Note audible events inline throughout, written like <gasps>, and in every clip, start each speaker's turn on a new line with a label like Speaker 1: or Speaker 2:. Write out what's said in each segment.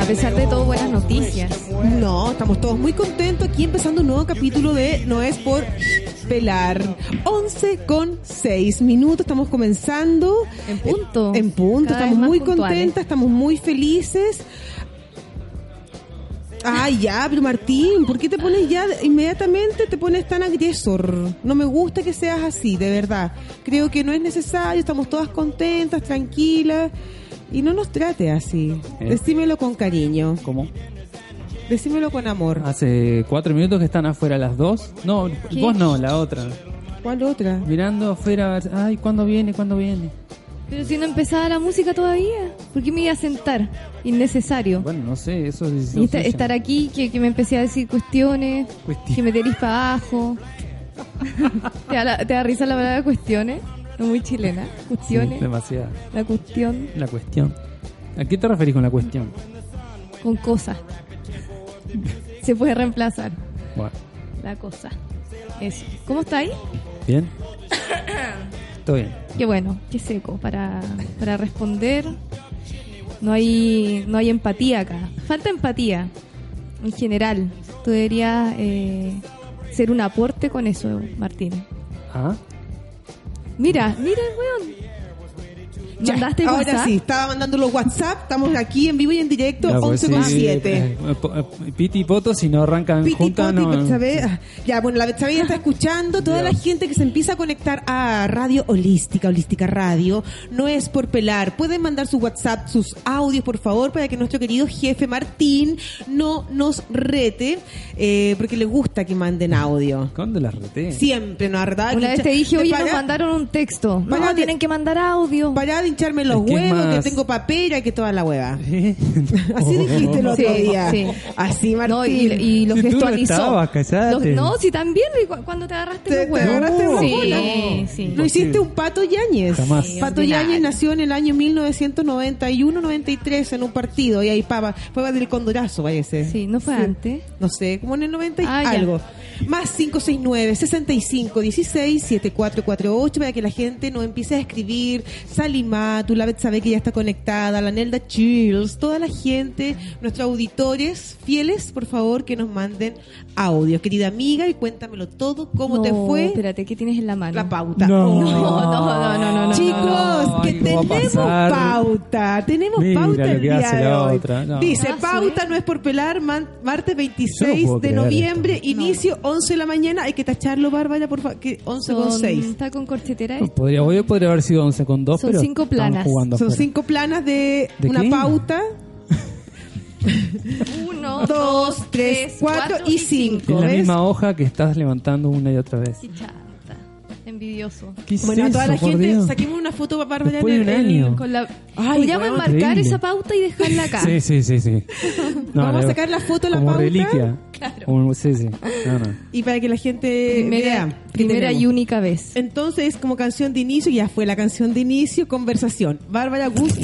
Speaker 1: A pesar de todo, buenas noticias.
Speaker 2: No, estamos todos muy contentos aquí empezando un nuevo capítulo de No es por pelar. 11 con 6 minutos, estamos comenzando.
Speaker 1: En punto.
Speaker 2: En punto,
Speaker 1: Cada vez
Speaker 2: estamos
Speaker 1: más
Speaker 2: muy
Speaker 1: puntuales.
Speaker 2: contentas, estamos muy felices. Ay, ya, pero Martín, ¿por qué te pones ya inmediatamente te pones tan agresor? No me gusta que seas así, de verdad. Creo que no es necesario, estamos todas contentas, tranquilas. Y no nos trate así.
Speaker 3: Eh.
Speaker 2: Decímelo con cariño,
Speaker 3: ¿Cómo?
Speaker 2: decímelo con amor.
Speaker 3: Hace cuatro minutos que están afuera las dos. No,
Speaker 1: ¿Qué?
Speaker 3: vos no, la otra.
Speaker 2: ¿Cuál otra?
Speaker 3: Mirando afuera, a ver, ay, ¿cuándo viene? ¿Cuándo viene?
Speaker 1: Pero si no empezaba la música todavía, ¿por qué me iba a sentar? Innecesario.
Speaker 3: Bueno, no sé, eso es
Speaker 1: Y esta- estar aquí, que, que me empecé a decir cuestiones,
Speaker 3: Cuesti-
Speaker 1: que me tirís para abajo. <laughs> ¿Te, da la- te da risa la palabra cuestiones? Es muy chilena. Cuestiones.
Speaker 3: demasiado.
Speaker 1: la cuestión
Speaker 3: La cuestión. ¿A qué te referís con la cuestión?
Speaker 1: con cosas. Se puede reemplazar
Speaker 3: Bueno,
Speaker 1: la cosa. Eso. ¿Cómo está ahí?
Speaker 3: ¿bien? Todo bien.
Speaker 1: Qué bueno, qué seco para, para responder. No hay, no hay empatía acá. Falta empatía en general. Tú deberías eh, ser un aporte con eso, Martín.
Speaker 3: ¿Ah?
Speaker 1: Mira, mira, weón.
Speaker 2: Ya,
Speaker 1: ¿Mandaste
Speaker 2: ahora
Speaker 1: WhatsApp?
Speaker 2: sí, estaba mandando los WhatsApp, estamos aquí en vivo y en directo,
Speaker 3: Ya, pues,
Speaker 2: 11 con
Speaker 3: sí,
Speaker 2: 7.
Speaker 3: eh, po- eh, Piti y Poto, si no arrancan
Speaker 2: Piti
Speaker 3: juntas,
Speaker 2: Poti,
Speaker 3: no. eh,
Speaker 2: Betsabe- ah, Ya, bueno, la Betsabella está escuchando. Toda la gente que se empieza a conectar a Radio Holística, Holística Radio, no es por pelar. Pueden mandar su WhatsApp, sus audios, por favor, para que nuestro querido jefe Martín no nos rete, eh, porque le gusta que manden audio.
Speaker 3: ¿Cuándo las reté?
Speaker 2: Siempre nos ha retado.
Speaker 1: Una vez
Speaker 2: Hincha-
Speaker 1: te dije, oye,
Speaker 2: para-
Speaker 1: nos mandaron un texto. No,
Speaker 2: Para de-
Speaker 1: tienen que mandar audio.
Speaker 2: Para de hincharme los
Speaker 3: Es que es
Speaker 2: huevos, que
Speaker 3: más-
Speaker 2: tengo papera y que toda la hueva.
Speaker 3: ¿Eh?
Speaker 2: Así dijiste el otro
Speaker 1: Sí,
Speaker 2: día.
Speaker 1: sí.
Speaker 2: Así, Martín.
Speaker 1: No, y, y lo
Speaker 3: Si tú no
Speaker 1: gestualizó.
Speaker 3: estabas, cállate.
Speaker 1: Los- no, sí, también, y cu- cuando te agarraste
Speaker 2: Te-
Speaker 1: los
Speaker 2: te
Speaker 1: huevos.
Speaker 2: agarraste los
Speaker 1: Sí,
Speaker 2: huevos.
Speaker 1: sí.
Speaker 2: Lo hiciste un Pato Yáñez.
Speaker 3: Jamás.
Speaker 1: Sí,
Speaker 2: Pato
Speaker 1: ordinario.
Speaker 2: Yáñez nació en el año 1991-93 en un partido y ahí pava, fue del Condorazo, váyase.
Speaker 1: Sí, no fue antes.
Speaker 2: No sé, como en el 90 y
Speaker 1: Ah, ya.
Speaker 2: algo. Más 569 65 16 7448 para que la gente no empiece a escribir. Salimatu, la sabe que ya está conectada, la Nelda Chills, toda la gente, nuestros auditores fieles, por favor, que nos manden audio. Querida amiga, y cuéntamelo todo, cómo
Speaker 1: No,
Speaker 2: te fue
Speaker 1: Espérate, ¿qué tienes en la mano?
Speaker 2: la pauta.
Speaker 3: No.
Speaker 1: No, no, no, no, no, no.
Speaker 2: Chicos,
Speaker 3: no,
Speaker 2: que
Speaker 3: algo va a
Speaker 2: tenemos
Speaker 3: pasar.
Speaker 2: pauta, tenemos
Speaker 3: Mira
Speaker 2: pauta
Speaker 3: lo
Speaker 2: el
Speaker 3: que
Speaker 2: día
Speaker 3: hace
Speaker 2: de
Speaker 3: la
Speaker 2: hoy.
Speaker 3: otra, no.
Speaker 2: Dice,
Speaker 1: Ah, sí.
Speaker 2: pauta no es por pelar, man- martes 26
Speaker 3: puedo
Speaker 2: de
Speaker 3: creer
Speaker 2: noviembre, inicio 11 de la mañana, hay que tacharlo, Bárbara, por favor, que 11
Speaker 1: Son-
Speaker 2: con 6.
Speaker 1: Está con corchetera.
Speaker 2: <laughs>
Speaker 3: No, Podría, hoy podría haber sido 11 con 2,
Speaker 1: Son
Speaker 3: pero
Speaker 1: cinco
Speaker 3: estamos
Speaker 1: planas.
Speaker 3: jugando
Speaker 2: Son
Speaker 3: afuera.
Speaker 2: cinco planas de,
Speaker 3: ¿De
Speaker 2: una
Speaker 3: qué?
Speaker 2: pauta,
Speaker 1: Uno,
Speaker 2: dos, tres, cuatro y
Speaker 3: En
Speaker 2: cinco.
Speaker 3: la
Speaker 2: ¿ves?
Speaker 3: misma hoja que estás levantando una y otra vez.
Speaker 1: Qué chanta. Envidioso.
Speaker 3: ¿Qué es
Speaker 2: Bueno, a toda la
Speaker 3: eso, por
Speaker 2: gente,
Speaker 3: Dios?
Speaker 2: saquemos una foto para Bárbara
Speaker 3: Después de un
Speaker 2: en el-
Speaker 3: año.
Speaker 1: Con la...
Speaker 2: Ay,
Speaker 1: Podríamos
Speaker 2: weón,
Speaker 1: enmarcar
Speaker 3: increíble.
Speaker 1: esa pauta y dejarla acá.
Speaker 3: <laughs> Sí, sí, sí,
Speaker 2: <laughs>
Speaker 3: sí. No,
Speaker 2: Vamos a
Speaker 3: la-
Speaker 2: sacar la foto de la
Speaker 3: como
Speaker 2: pauta.
Speaker 3: reliquia. Como- sí, sí. No, no.
Speaker 2: Y para que la gente vea
Speaker 1: Primera,
Speaker 2: qué
Speaker 1: primera
Speaker 2: tenemos.
Speaker 1: y única vez.
Speaker 2: Entonces, como canción de inicio, ya fue la canción de inicio, conversación. Bárbara Gust.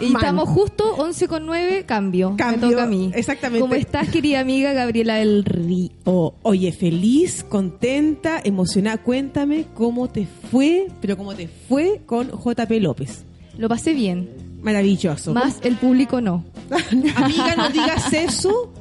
Speaker 1: Y
Speaker 2: Man.
Speaker 1: estamos justo 11 con 9, cambio.
Speaker 2: Cambio,
Speaker 1: Me toca a mí.
Speaker 2: exactamente.
Speaker 1: ¿Cómo estás, querida amiga Gabriela del Río?
Speaker 2: Oh, oye, feliz, contenta, emocionada. Cuéntame cómo te fue, pero cómo te fue con JP López.
Speaker 1: Lo pasé bien,
Speaker 2: Maravilloso.
Speaker 1: más el público no.
Speaker 2: <laughs> Amiga, no digas eso,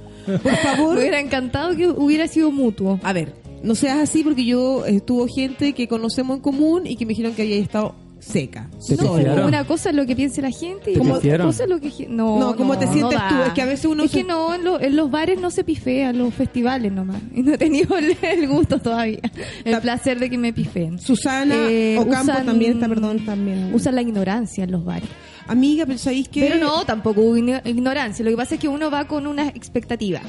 Speaker 2: por favor.
Speaker 1: Me hubiera encantado que hubiera sido mutuo.
Speaker 2: A ver, no seas así porque yo estuvo gente que conocemos en común y que me dijeron que había estado seca.
Speaker 3: Se
Speaker 2: sola.
Speaker 3: pifiaron. Claro.
Speaker 1: Una cosa es lo que piense la gente y
Speaker 2: ¿Cómo-
Speaker 1: otra cosa es lo que... gen- No,
Speaker 2: No, ¿cómo te sientes
Speaker 1: da.
Speaker 2: tú? Es que a veces uno
Speaker 1: Es
Speaker 2: se-
Speaker 1: que no, en, lo- en los bares no se pifea, en los festivales nomás. Y no he tenido <laughs> el, el gusto todavía, el
Speaker 2: Ta-
Speaker 1: placer de que me pifeen.
Speaker 2: Susana
Speaker 1: Eh,
Speaker 2: Ocampo
Speaker 1: usan-
Speaker 2: también está, perdón, también.
Speaker 1: Usan la ignorancia en los bares.
Speaker 2: Amiga, pero sabéis que.
Speaker 1: Pero no, tampoco hubo igno- ignorancia. Lo que pasa es que uno va con una expectativa.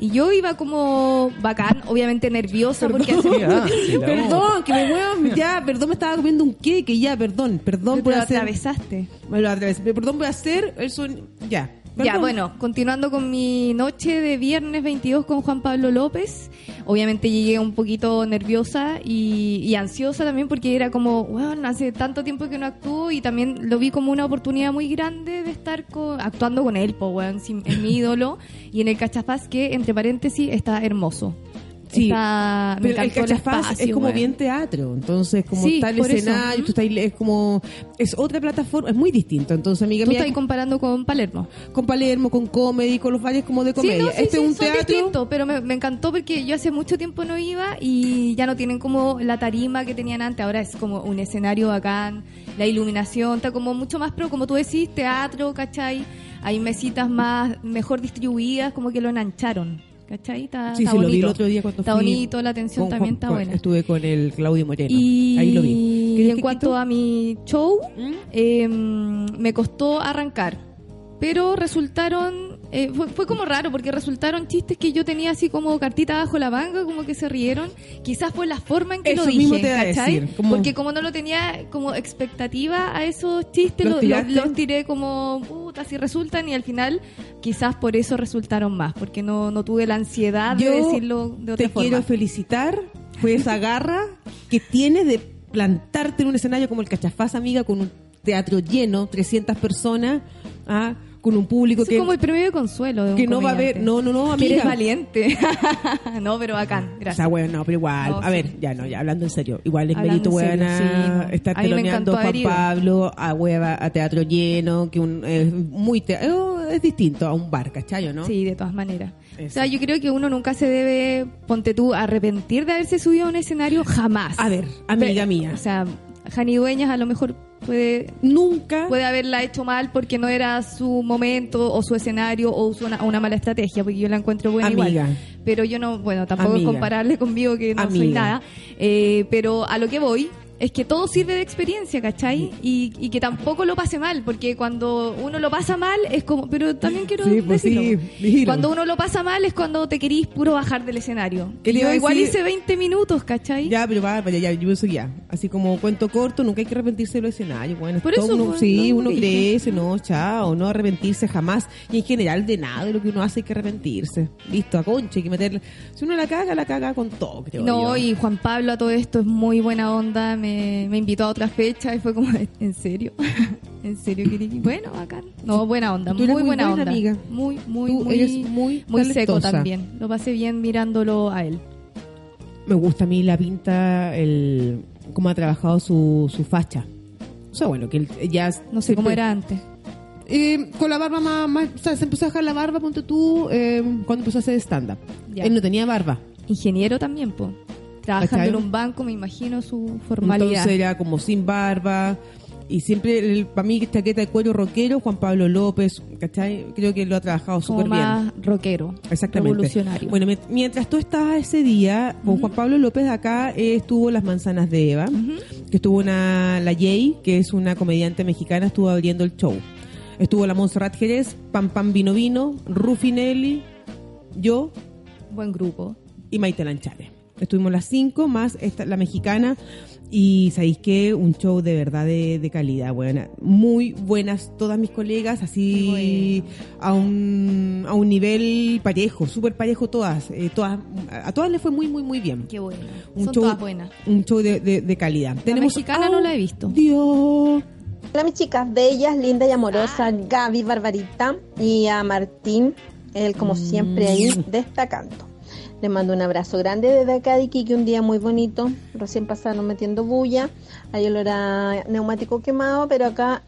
Speaker 1: Y yo iba como bacán, obviamente nerviosa porque hace
Speaker 2: <laughs>
Speaker 3: ¿Qué hace ah, la
Speaker 2: Perdón, que me huevan, ya, perdón, me estaba comiendo un queque, ya, perdón, perdón
Speaker 1: Pero
Speaker 2: por
Speaker 1: lo
Speaker 2: hacer.
Speaker 1: atravesaste.
Speaker 2: Me lo atravesé, pero perdón por hacer el son- ya.
Speaker 1: Ya,
Speaker 2: perdón.
Speaker 1: bueno, continuando con mi noche de viernes 22 con Juan Pablo López. Obviamente llegué un poquito nerviosa y, y ansiosa también porque era como, wow, hace tanto tiempo que no actúo y también lo vi como una oportunidad muy grande de estar co- actuando con él, po, weón, sin- es mi ídolo. Y en el Cachafaz que, entre paréntesis, está hermoso.
Speaker 2: Sí,
Speaker 1: Está- Ah, me
Speaker 2: Pero el
Speaker 1: encantó el
Speaker 2: cachafaz
Speaker 1: espacio,
Speaker 2: es como
Speaker 1: weón.
Speaker 2: bien teatro, entonces como
Speaker 1: Sí,
Speaker 2: está el
Speaker 1: por eso.
Speaker 2: escenario, tú estás ahí- es como es otra plataforma, es muy distinto. Entonces, amiga
Speaker 1: Tú
Speaker 2: mía,
Speaker 1: estás comparando con Palermo.
Speaker 2: con Palermo, con comedy, con los valles como de comedia.
Speaker 1: Sí, no, sí,
Speaker 2: este
Speaker 1: sí,
Speaker 2: es un
Speaker 1: son
Speaker 2: teatro
Speaker 1: distintos, pero me, me encantó porque yo hace mucho tiempo no iba y ya no tienen como la tarima que tenían antes. Ahora es como un escenario bacán, la iluminación está como mucho más pro, como tú decís, teatro, ¿cachai? Hay mesitas más, mejor distribuidas, como que lo enancharon, ¿cachai? Está,
Speaker 2: Sí,
Speaker 1: está
Speaker 2: sí, lo
Speaker 1: bonito.
Speaker 2: vi el otro día cuando
Speaker 1: está
Speaker 2: fui
Speaker 1: bonito, la atención
Speaker 2: con
Speaker 1: también
Speaker 2: Juan-
Speaker 1: está
Speaker 2: con-
Speaker 1: buena.
Speaker 2: Estuve con el Claudio Moreno.
Speaker 1: Y
Speaker 2: Ahí lo vi. ¿Querías
Speaker 1: en
Speaker 2: que
Speaker 1: cuanto
Speaker 2: quito?
Speaker 1: a mi show,
Speaker 2: ¿Mm?
Speaker 1: eh, me costó arrancar. Pero resultaron, eh, fue, fue como raro, porque resultaron chistes que yo tenía así como cartita bajo la manga, como que se rieron. Quizás por la forma en que
Speaker 2: Eso
Speaker 1: lo dije,
Speaker 2: mismo te iba a
Speaker 1: ¿cachai?
Speaker 2: decir, como-
Speaker 1: Porque como no lo tenía como expectativa a esos chistes,
Speaker 2: ¿Los
Speaker 1: lo- lo-
Speaker 2: tiraste?
Speaker 1: los tiré como, puta, si resultan, y al final quizás por eso resultaron más, porque no, no tuve la ansiedad
Speaker 2: Yo
Speaker 1: Ah, de decirlo de otra
Speaker 2: te
Speaker 1: forma.
Speaker 2: quiero felicitar por esa garra que tienes de plantarte en un escenario como el Cachafaz, amiga, con un teatro lleno, 300 personas, ah, con un público
Speaker 1: Eso
Speaker 2: que,
Speaker 1: es como el premio de consuelo de un
Speaker 2: que no va a
Speaker 1: comediante.
Speaker 2: ver. No, no, no,
Speaker 1: Que
Speaker 2: amiga.
Speaker 1: eres valiente. <laughs> no, pero bacán.
Speaker 2: O sea,
Speaker 1: Gracias.
Speaker 2: bueno, no, pero igual.
Speaker 1: No,
Speaker 2: a
Speaker 1: sí.
Speaker 2: ver, ya no, ya hablando en serio. Igual es
Speaker 1: Hablando
Speaker 2: mérito,
Speaker 1: en serio,
Speaker 2: buena
Speaker 1: sí, no.
Speaker 2: estar
Speaker 1: A mí me
Speaker 2: teloneando
Speaker 1: encantó
Speaker 2: a
Speaker 1: haber
Speaker 2: Juan
Speaker 1: ido.
Speaker 2: Pablo, a hueva, a teatro lleno, que un, es muy. te- eh, oh, es distinto a un bar, ¿cachayo, no?
Speaker 1: Sí, de todas maneras. O sea,
Speaker 2: Eso.
Speaker 1: yo creo que uno nunca se debe, ponte tú, arrepentir de haberse subido a un escenario jamás.
Speaker 2: A ver, amiga
Speaker 1: Pero,
Speaker 2: mía.
Speaker 1: O sea, Jani Dueñas a lo mejor puede
Speaker 2: Nunca.
Speaker 1: puede haberla hecho mal porque no era su momento o su escenario o usó una, una mala estrategia, porque yo la encuentro buena
Speaker 2: Amiga.
Speaker 1: igual. Pero yo no, bueno, tampoco es
Speaker 2: Amiga.
Speaker 1: comparable conmigo que no soy
Speaker 2: Amiga.
Speaker 1: nada. Eh, pero a lo que voy es que todo sirve de experiencia, ¿cachai? Y, y que tampoco lo pase mal, porque cuando uno lo pasa mal es como, pero también quiero
Speaker 2: Sí, pues
Speaker 1: decirlo.
Speaker 2: sí, dijilo.
Speaker 1: Cuando uno lo pasa mal es cuando te querís puro bajar del escenario.
Speaker 2: ¿Qué le iba
Speaker 1: Yo
Speaker 2: a
Speaker 1: igual
Speaker 2: decir?
Speaker 1: hice 20 minutos, ¿cachai?
Speaker 2: Ya, pero va, vaya, ya, yo pienso que ya. Así como cuento corto, nunca hay que arrepentirse de los escenarios. Bueno,
Speaker 1: Por
Speaker 2: todo
Speaker 1: eso,
Speaker 2: uno,
Speaker 1: pues,
Speaker 2: sí,
Speaker 1: no,
Speaker 2: uno
Speaker 1: dije.
Speaker 2: crece, no, chao, no arrepentirse jamás. Y en general, de nada de lo que uno hace hay que arrepentirse. Listo, a concha, hay que meterle. Si uno la caga, la caga con todo, creo
Speaker 1: No,
Speaker 2: yo.
Speaker 1: y Juan Pablo a todo esto es muy buena onda, me, me invitó a otra fecha y fue como, <laughs> ¿en serio? ¿En serio, Kiriki? Bueno, bacán. No, buena onda,
Speaker 2: Tú
Speaker 1: muy,
Speaker 2: eres muy
Speaker 1: buena,
Speaker 2: buena,
Speaker 1: onda.
Speaker 2: amiga.
Speaker 1: Muy, muy,
Speaker 2: Tú
Speaker 1: muy,
Speaker 2: eres muy
Speaker 1: muy seco
Speaker 2: talentosa.
Speaker 1: también. Lo pasé bien mirándolo a él.
Speaker 2: Me gusta a mí la pinta, el cómo ha trabajado su, su facha. O sea, bueno, que él ya...
Speaker 1: No sé cómo
Speaker 2: siempre-
Speaker 1: era antes.
Speaker 2: Eh, con la barba más, más- O sea, se empezó a dejar la barba, ponte tú, eh, cuando empezó a hacer stand-up.
Speaker 1: Ya.
Speaker 2: Él no tenía barba.
Speaker 1: Ingeniero también, po. Trabajando
Speaker 2: ¿Cachai?
Speaker 1: en un banco, me imagino su formalidad.
Speaker 2: Entonces era como sin barba. Y siempre, para mí, chaqueta de cuello rockero, Juan Pablo López, ¿cachai? Creo que lo ha trabajado
Speaker 1: como
Speaker 2: súper bien.
Speaker 1: más rockero,
Speaker 2: Exactamente.
Speaker 1: revolucionario.
Speaker 2: Bueno, mi- mientras tú estabas ese día, con Juan Pablo López acá eh, estuvo Las Manzanas de Eva, que estuvo una, la Jay, que es una comediante mexicana, estuvo abriendo el show. Estuvo la Montserrat Jerez, Pam Pam Vino Vino, Rufinelli, yo,
Speaker 1: Buen grupo.
Speaker 2: y Maite Lanchales. Estuvimos las cinco, más esta, la mexicana. Y sabéis que un show de verdad de, de calidad, buena. Muy buenas todas mis colegas, así a, un, a un nivel parejo, súper parejo todas. eh, todas a a todas les fue muy, muy, muy bien.
Speaker 1: Qué bueno.
Speaker 2: Un
Speaker 1: Son
Speaker 2: show,
Speaker 1: todas buenas.
Speaker 2: Un show de, de- de calidad.
Speaker 1: La mexicana no la he visto.
Speaker 2: Dios.
Speaker 4: Hola mis chicas bellas, lindas y amorosas, Gaby, Barbarita y a Martín, él como siempre ahí destacando. Les mando un abrazo grande desde acá de Iquique, un día muy bonito, recién pasaron metiendo bulla, hay olor a neumático quemado, pero acá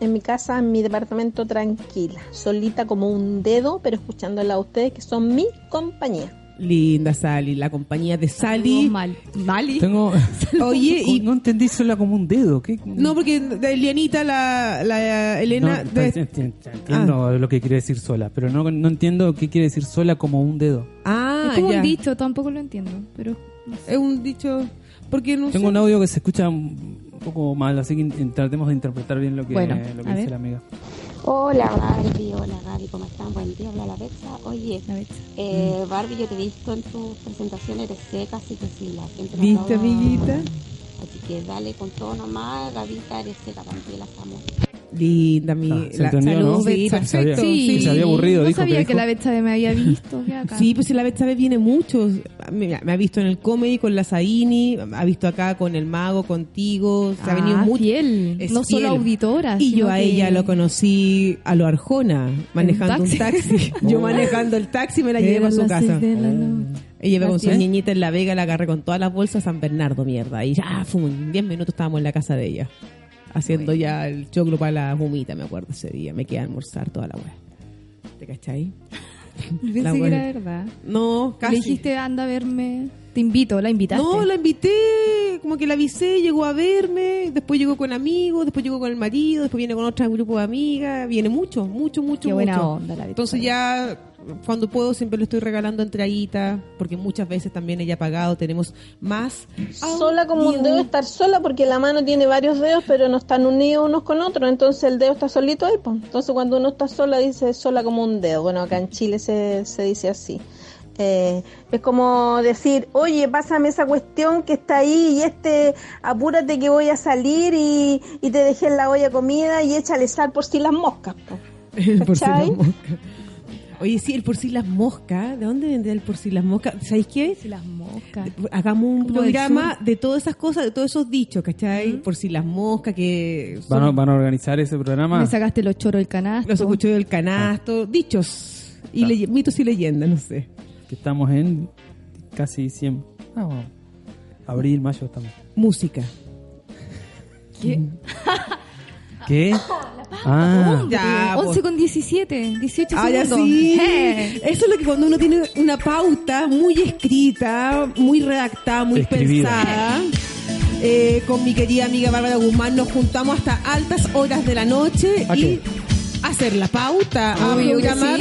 Speaker 4: en mi casa, en mi departamento tranquila, solita como un dedo, pero escuchándola a ustedes que son mi compañía.
Speaker 2: Linda Sally, la compañía de Sally.
Speaker 1: Saludos, Mal. Mali.
Speaker 2: <laughs>
Speaker 3: Tengo. <laughs>
Speaker 2: Oye, y
Speaker 3: No entendí sola como un dedo. ¿qué?
Speaker 2: no, porque Elianita, la, la Elena, Ah.
Speaker 3: No,
Speaker 2: debe-
Speaker 3: enti- enti- entiendo lo que quiere decir sola, pero no, no entiendo qué quiere decir sola como un dedo.
Speaker 2: Ah,
Speaker 1: es como
Speaker 2: ya.
Speaker 1: un dicho, tampoco lo entiendo, pero no sé.
Speaker 2: Es un dicho. Porque no
Speaker 3: Tengo
Speaker 2: sé.
Speaker 3: un audio que se escucha un poco mal, así que in- tratemos de interpretar bien lo que,
Speaker 1: Bueno,
Speaker 3: lo que
Speaker 1: a
Speaker 3: dice
Speaker 1: ver.
Speaker 3: la amiga.
Speaker 5: Hola Barbie, hola Gaby, ¿cómo están? Buen día, habla la Betsa. Oye,
Speaker 1: La Betsa.
Speaker 5: eh,
Speaker 2: Mm.
Speaker 5: Barbie, yo te he visto en tu presentación, eres seca, así que sí, la gente me
Speaker 2: ¿Viste,
Speaker 5: aplauda.
Speaker 2: amiguita?
Speaker 5: Así que dale con todo nomás, Gavita, eres seca también, las amo.
Speaker 2: Linda, mi.
Speaker 3: Ah, se entendió,
Speaker 1: ¿no?
Speaker 2: Sí,
Speaker 1: Betsa.
Speaker 2: perfecto.
Speaker 3: Sí.
Speaker 2: Sí,
Speaker 3: se había aburrido,
Speaker 1: no
Speaker 3: dijo
Speaker 1: sabía
Speaker 3: que
Speaker 1: que,
Speaker 3: dijo.
Speaker 1: la Betsa me
Speaker 3: <laughs>
Speaker 1: había visto. qué bacán.
Speaker 2: Sí, pues si la Betsabe viene mucho. Mira, me ha visto en el comedy con la Zaini, ha visto acá con el mago, contigo. Se ha
Speaker 1: Ah,
Speaker 2: venido mucho.
Speaker 1: fiel.
Speaker 2: Es
Speaker 1: no solo
Speaker 2: fiel.
Speaker 1: auditora.
Speaker 2: Y
Speaker 1: sino
Speaker 2: yo a
Speaker 1: que-
Speaker 2: ella lo conocí a lo Arjona, manejando
Speaker 1: taxi.
Speaker 2: un <laughs> taxi. yo manejando el taxi me la llevé a
Speaker 1: Eran
Speaker 2: su
Speaker 1: las
Speaker 2: casa. Ah,
Speaker 1: seis de la noche.
Speaker 2: Y llevé con
Speaker 1: Así
Speaker 2: su
Speaker 1: es.
Speaker 2: niñita en la vega, la agarré con todas las bolsas a San Bernardo, mierda. Y ya, ah, fum, 10 minutos estábamos en la casa de ella. Haciendo ya el choclo para la humita, me acuerdo ese día. Me quedé a almorzar toda la weá. ¿Te cachai?
Speaker 1: Pensé
Speaker 2: La
Speaker 1: que
Speaker 2: buena.
Speaker 1: era verdad.
Speaker 2: No, casi.
Speaker 1: Le dijiste, anda a verme. Te invito, la invitaste.
Speaker 2: No, la invité, como que la avisé, llegó a verme, después llegó con amigos, después llegó con el marido, después viene con otro grupo de amigas, viene mucho, mucho, mucho,
Speaker 1: Qué buena
Speaker 2: mucho.
Speaker 1: onda la Victoria.
Speaker 2: Entonces ya cuando puedo siempre le estoy regalando entradita, porque muchas veces también ella ha pagado, tenemos más
Speaker 4: sola como un dedo estar sola porque la mano tiene varios dedos pero no están unidos unos con otros entonces el dedo está solito ahí pues. entonces cuando uno está sola dice sola como un dedo bueno acá en Chile se, se dice así Eh, es como decir oye pásame esa cuestión que está ahí y este apúrate que voy a salir y, y te dejé en la olla comida y échale sal por si las moscas po".
Speaker 2: El <laughs> por si las
Speaker 4: ¿Cachai?
Speaker 2: moscas. Oye, sí, el por si las moscas, ¿de dónde vendrá el por si las moscas? ¿Sabéis qué?
Speaker 1: Las moscas.
Speaker 2: Hagamos un
Speaker 1: Como del
Speaker 2: programa de todas esas cosas, de todos esos dichos, ¿cachai? Por si las moscas, que son-
Speaker 3: ¿Van a, van a organizar ese programa?
Speaker 1: Me sacaste los choros del canasto.
Speaker 2: Los escuchó del canasto, dichos y
Speaker 3: Ah.
Speaker 2: leye- mitos y leyendas, no sé.
Speaker 3: Que estamos en casi diciembre. Ah, bueno. Abril, mayo estamos.
Speaker 2: Música.
Speaker 1: ¿Qué?
Speaker 3: ¿Qué? Ah,
Speaker 2: Ya, po.
Speaker 1: 11 con 17, 18
Speaker 2: Ah, ya
Speaker 1: segundos. <laughs>
Speaker 2: sí.
Speaker 1: Eh.
Speaker 2: Eso es lo que cuando uno tiene una pauta muy escrita, muy redactada, muy
Speaker 3: Escribida.
Speaker 2: pensada. eh, con mi querida amiga Bárbara Guzmán nos juntamos hasta altas horas de la noche
Speaker 3: ¿A
Speaker 2: y
Speaker 3: qué?
Speaker 2: hacer la pauta, a
Speaker 1: Obvio que
Speaker 2: programar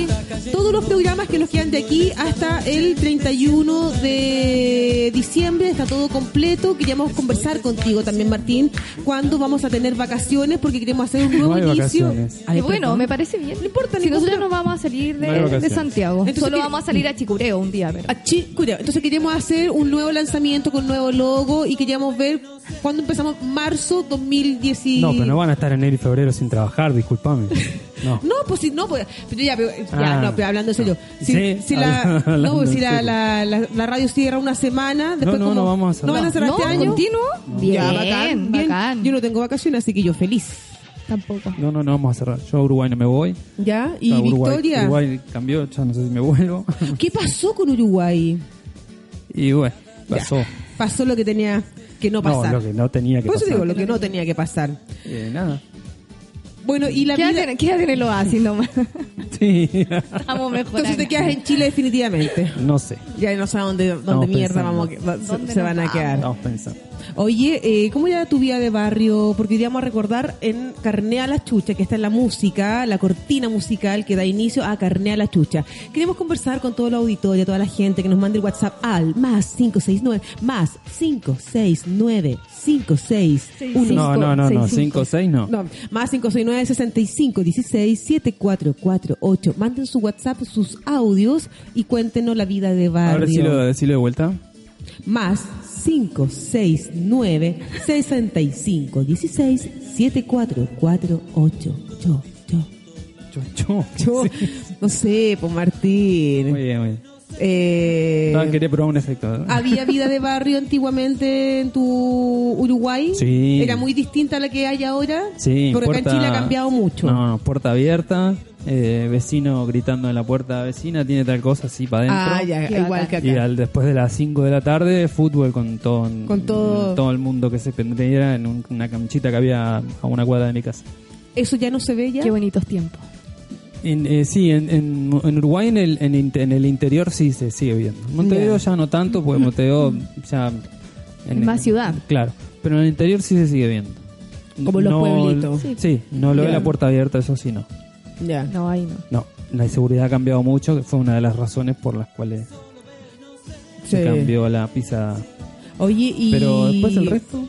Speaker 2: todos los programas que nos quedan de aquí hasta el 31 de diciembre, está todo completo. Queríamos conversar contigo también, Martín, cuándo vamos a tener vacaciones porque queremos hacer un
Speaker 3: No
Speaker 2: nuevo
Speaker 3: hay
Speaker 2: inicio.
Speaker 3: vacaciones.
Speaker 1: Y bueno, me parece bien. No importa, si
Speaker 2: ningún
Speaker 1: nosotros
Speaker 2: problema.
Speaker 1: no vamos a salir de,
Speaker 3: No hay
Speaker 1: de
Speaker 3: vacaciones.
Speaker 1: Santiago,
Speaker 2: Entonces,
Speaker 1: solo
Speaker 2: ¿qué-
Speaker 1: vamos a salir a Chicureo un día, pero.
Speaker 2: A Chi- Cureo. Entonces queríamos hacer un nuevo lanzamiento con nuevo logo y queríamos ver cuándo empezamos marzo 2019.
Speaker 3: no, pero no van a estar enero y febrero sin trabajar,
Speaker 2: <laughs>
Speaker 3: discúlpame. No.
Speaker 2: No, pues si no, pues pero ya, pero, ya,
Speaker 3: Ah.
Speaker 2: no, pero hablando en serio. Si,
Speaker 3: Sí,
Speaker 2: si la,
Speaker 3: hablando
Speaker 2: no, pues, si
Speaker 3: en
Speaker 2: la,
Speaker 3: serio.
Speaker 2: la, la- la radio cierra una semana, después
Speaker 3: no,
Speaker 2: como-
Speaker 3: no vamos a cerrar.
Speaker 2: ¿No van a cerrar
Speaker 1: no,
Speaker 2: este año?
Speaker 1: continuo. Bien,
Speaker 2: Ya,
Speaker 1: bacán,
Speaker 2: bacán, bien. Yo no tengo vacaciones, así que yo feliz.
Speaker 1: Tampoco.
Speaker 3: No, no, no vamos a cerrar. Yo a Uruguay no me voy.
Speaker 2: ¿Ya? Y
Speaker 3: Ya, Uruguay,
Speaker 2: Victoria,
Speaker 3: Uruguay cambió, ya no sé si me vuelvo. <laughs>
Speaker 2: ¿qué pasó con Uruguay?
Speaker 3: Y bueno, pasó.
Speaker 2: Pasó lo que tenía que no
Speaker 3: No,
Speaker 2: pasar.
Speaker 3: lo que no tenía que
Speaker 2: Por eso
Speaker 3: pasar.
Speaker 2: digo, lo que no tenía que pasar.
Speaker 3: Eh, nada. <laughs>
Speaker 2: Bueno, y la vida...
Speaker 1: Quédate, en- quédate en el oasis nomás.
Speaker 3: Sí.
Speaker 1: Estamos mejor.
Speaker 2: Entonces te quedas en Chile definitivamente.
Speaker 3: no sé.
Speaker 2: Ya no sé a dónde, dónde
Speaker 3: Estamos
Speaker 2: mierda
Speaker 3: pensando.
Speaker 2: vamos a que- va- se-
Speaker 1: ¿Dónde
Speaker 2: se
Speaker 1: nos
Speaker 2: van a
Speaker 1: vamos?
Speaker 2: quedar.
Speaker 3: Estamos pensando.
Speaker 2: Oye, eh, ¿cómo era tu vida de barrio? Porque hoy día vamos a recordar en Carnea la Chucha, que está en la música, la cortina musical que da inicio a Carnea la Chucha. Queremos conversar con todo el auditorio, toda la gente que nos mande el WhatsApp al más 569, más 569, 561.
Speaker 3: No, no, no, no. 5 o 6 no.
Speaker 2: No, más 569-6516-7448. Manden su WhatsApp, sus audios y cuéntenos la vida de barrio.
Speaker 3: Ahora sí lo decilo de vuelta.
Speaker 2: Más 569-6516-7448. Yo, yo,
Speaker 3: Yo,
Speaker 2: yo.
Speaker 3: yo.
Speaker 2: No sé, pues
Speaker 3: Muy
Speaker 2: Martín.
Speaker 3: bien, muy bien.
Speaker 2: Eh,
Speaker 3: Estaba- quería probar un efecto. ¿no?
Speaker 2: ¿Había vida de barrio antiguamente en tu Uruguay?
Speaker 3: Sí.
Speaker 2: ¿Era muy distinta a la que hay ahora?
Speaker 3: Sí,
Speaker 2: Porque acá
Speaker 3: puerta-
Speaker 2: en Chile ha cambiado mucho.
Speaker 3: No, no, puerta abierta, eh, vecino gritando en la puerta vecina, tiene tal cosa así para adentro.
Speaker 2: Ah, ya,
Speaker 1: Qué
Speaker 2: igual
Speaker 1: bacán.
Speaker 2: que acá.
Speaker 3: Y al, después de las 5 de la tarde, fútbol con todo,
Speaker 2: Con todo-
Speaker 3: el mundo que se pendiera en un- una canchita que había a una cuadra de mi casa.
Speaker 2: ¿Eso ya no se ve ya?
Speaker 1: Qué bonitos tiempos.
Speaker 3: En, eh, sí, en, en- en Uruguay, en el, en, inte- en el interior sí se sigue viendo. Montevideo ya no tanto, porque Montevideo ya...
Speaker 1: Es más ciudad.
Speaker 3: Claro, pero en el interior sí se sigue viendo.
Speaker 2: Como los pueblitos.
Speaker 3: Sí, no lo ve la puerta abierta, eso sí no.
Speaker 2: Ya.
Speaker 1: No, ahí no.
Speaker 3: No, la inseguridad ha cambiado mucho, que fue una de las razones por las cuales se
Speaker 2: Sí.
Speaker 3: cambió la pizza.
Speaker 2: Oye, y...
Speaker 3: Pero después el resto...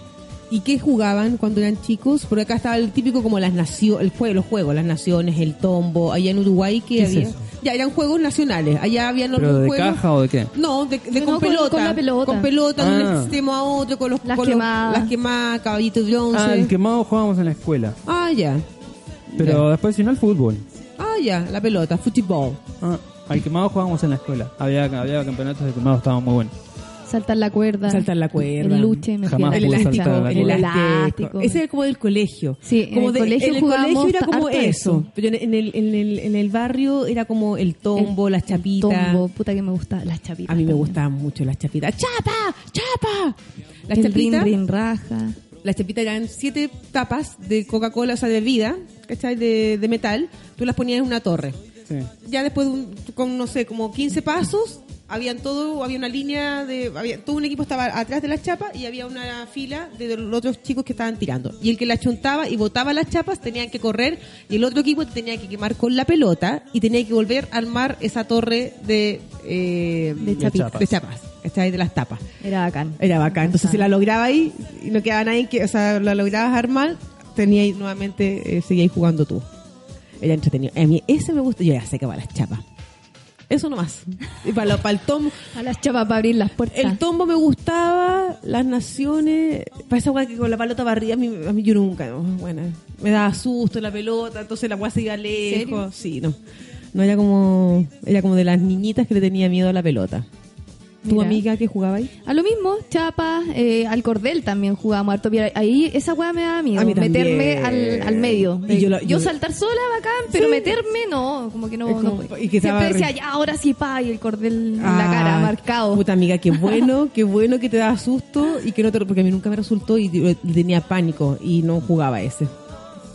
Speaker 2: ¿Y qué jugaban cuando eran chicos? Porque acá estaba el típico como las naciones, el juego, los juegos, las naciones, el tombo. Allá en Uruguay que
Speaker 3: ¿Qué es
Speaker 2: había.
Speaker 3: eso?
Speaker 2: Ya eran juegos nacionales. Allá habían los
Speaker 3: ¿Pero de
Speaker 2: juegos.
Speaker 3: caja o de qué?
Speaker 2: No, de, de
Speaker 1: No,
Speaker 2: con,
Speaker 1: con-
Speaker 2: pelota,
Speaker 1: con la pelota.
Speaker 2: Con pelota de un
Speaker 3: Ah.
Speaker 2: extremo a otro, con los
Speaker 1: Las
Speaker 2: con los-
Speaker 1: quemadas.
Speaker 2: las quemadas, caballito de once.
Speaker 3: Ah, el quemado jugábamos en la escuela.
Speaker 2: Ah, ya.
Speaker 3: Pero después si no el fútbol.
Speaker 2: Ah, ya, la pelota, fútbol.
Speaker 3: Ah, al quemado jugábamos en la escuela. Había, había campeonatos de quemado, estaban muy buenos.
Speaker 1: Saltar la cuerda.
Speaker 2: Saltar la cuerda.
Speaker 1: El luche, me
Speaker 3: Jamás
Speaker 1: fui a
Speaker 2: El
Speaker 1: la
Speaker 3: pude
Speaker 1: lucha.
Speaker 2: elástico,
Speaker 3: saltar la
Speaker 2: el
Speaker 3: cuerda.
Speaker 2: elástico. Ese era como del colegio.
Speaker 1: Sí, en
Speaker 2: como
Speaker 1: el colegio
Speaker 2: en el
Speaker 1: jugábamos
Speaker 2: colegio era como
Speaker 1: harto
Speaker 2: eso.
Speaker 1: eso.
Speaker 2: Pero en en el, en, el, en el barrio era como el tombo, las chapitas.
Speaker 1: Tombo, puta que me gusta. Las chapitas.
Speaker 2: A mí me
Speaker 1: también.
Speaker 2: gustaban mucho las chapitas. ¡Chapa! ¡Chapa! Las
Speaker 1: el rin,
Speaker 2: chapitas.
Speaker 1: rin, raja.
Speaker 2: Las chapitas eran siete tapas de Coca-Cola, o sea, de bebida, ¿cachai? De, de metal. Tú las ponías en una torre.
Speaker 3: Sí.
Speaker 2: Ya después de un- con, no sé, como 15 pasos, habían todo, había una línea de. Había, todo un equipo estaba atrás de las chapas y había una fila de los otros chicos que estaban tirando. Y el que la chuntaba y botaba las chapas tenían que correr y el otro equipo tenía que quemar con la pelota y tenía que volver a armar esa torre de. eh,
Speaker 1: De chapitas.
Speaker 2: De chapas, ¿cachai? De las tapas.
Speaker 1: Era bacán.
Speaker 2: Era bacán. Entonces, si la lograba ahí, y no quedaba nadie que, o sea, la lograbas armar, tenía ahí nuevamente, eh, seguías jugando tú. Era entretenido. A mí ese me gusta. Yo ya sé que para las chapas. Eso nomás. Y para, lo- para el tombo.
Speaker 1: A las chapas para abrir las puertas.
Speaker 2: El tombo me gustaba, las naciones. Para esa weá que con la pelota para arriba, a mí, a mí yo nunca. no, bueno, me daba susto la pelota, entonces la weá se iba lejos. Sí, no. No era como. Era como de las niñitas que le tenía miedo a la pelota. ¿Tu
Speaker 1: Mira.
Speaker 2: amiga que jugaba ahí?
Speaker 1: A lo mismo, chapas, eh, al cordel también jugábamos harto. pero ahí esa weá me daba miedo.
Speaker 2: A mí también.
Speaker 1: meterme al, al medio.
Speaker 2: Y yo
Speaker 1: yo,
Speaker 2: la- yo-
Speaker 1: saltar sola, bacán, pero
Speaker 2: Sí.
Speaker 1: meterme no, como que no.
Speaker 2: Es como-
Speaker 1: no podía.
Speaker 2: y que estaba
Speaker 1: Siempre decía,
Speaker 2: re-
Speaker 1: ya, ahora sí, pa, y el cordel en
Speaker 2: Ah,
Speaker 1: la cara, marcado.
Speaker 2: Puta amiga,
Speaker 1: <laughs>
Speaker 2: qué bueno, qué bueno que te daba susto y que no te, porque a mí nunca me resultó y yo tenía pánico y no jugaba ese.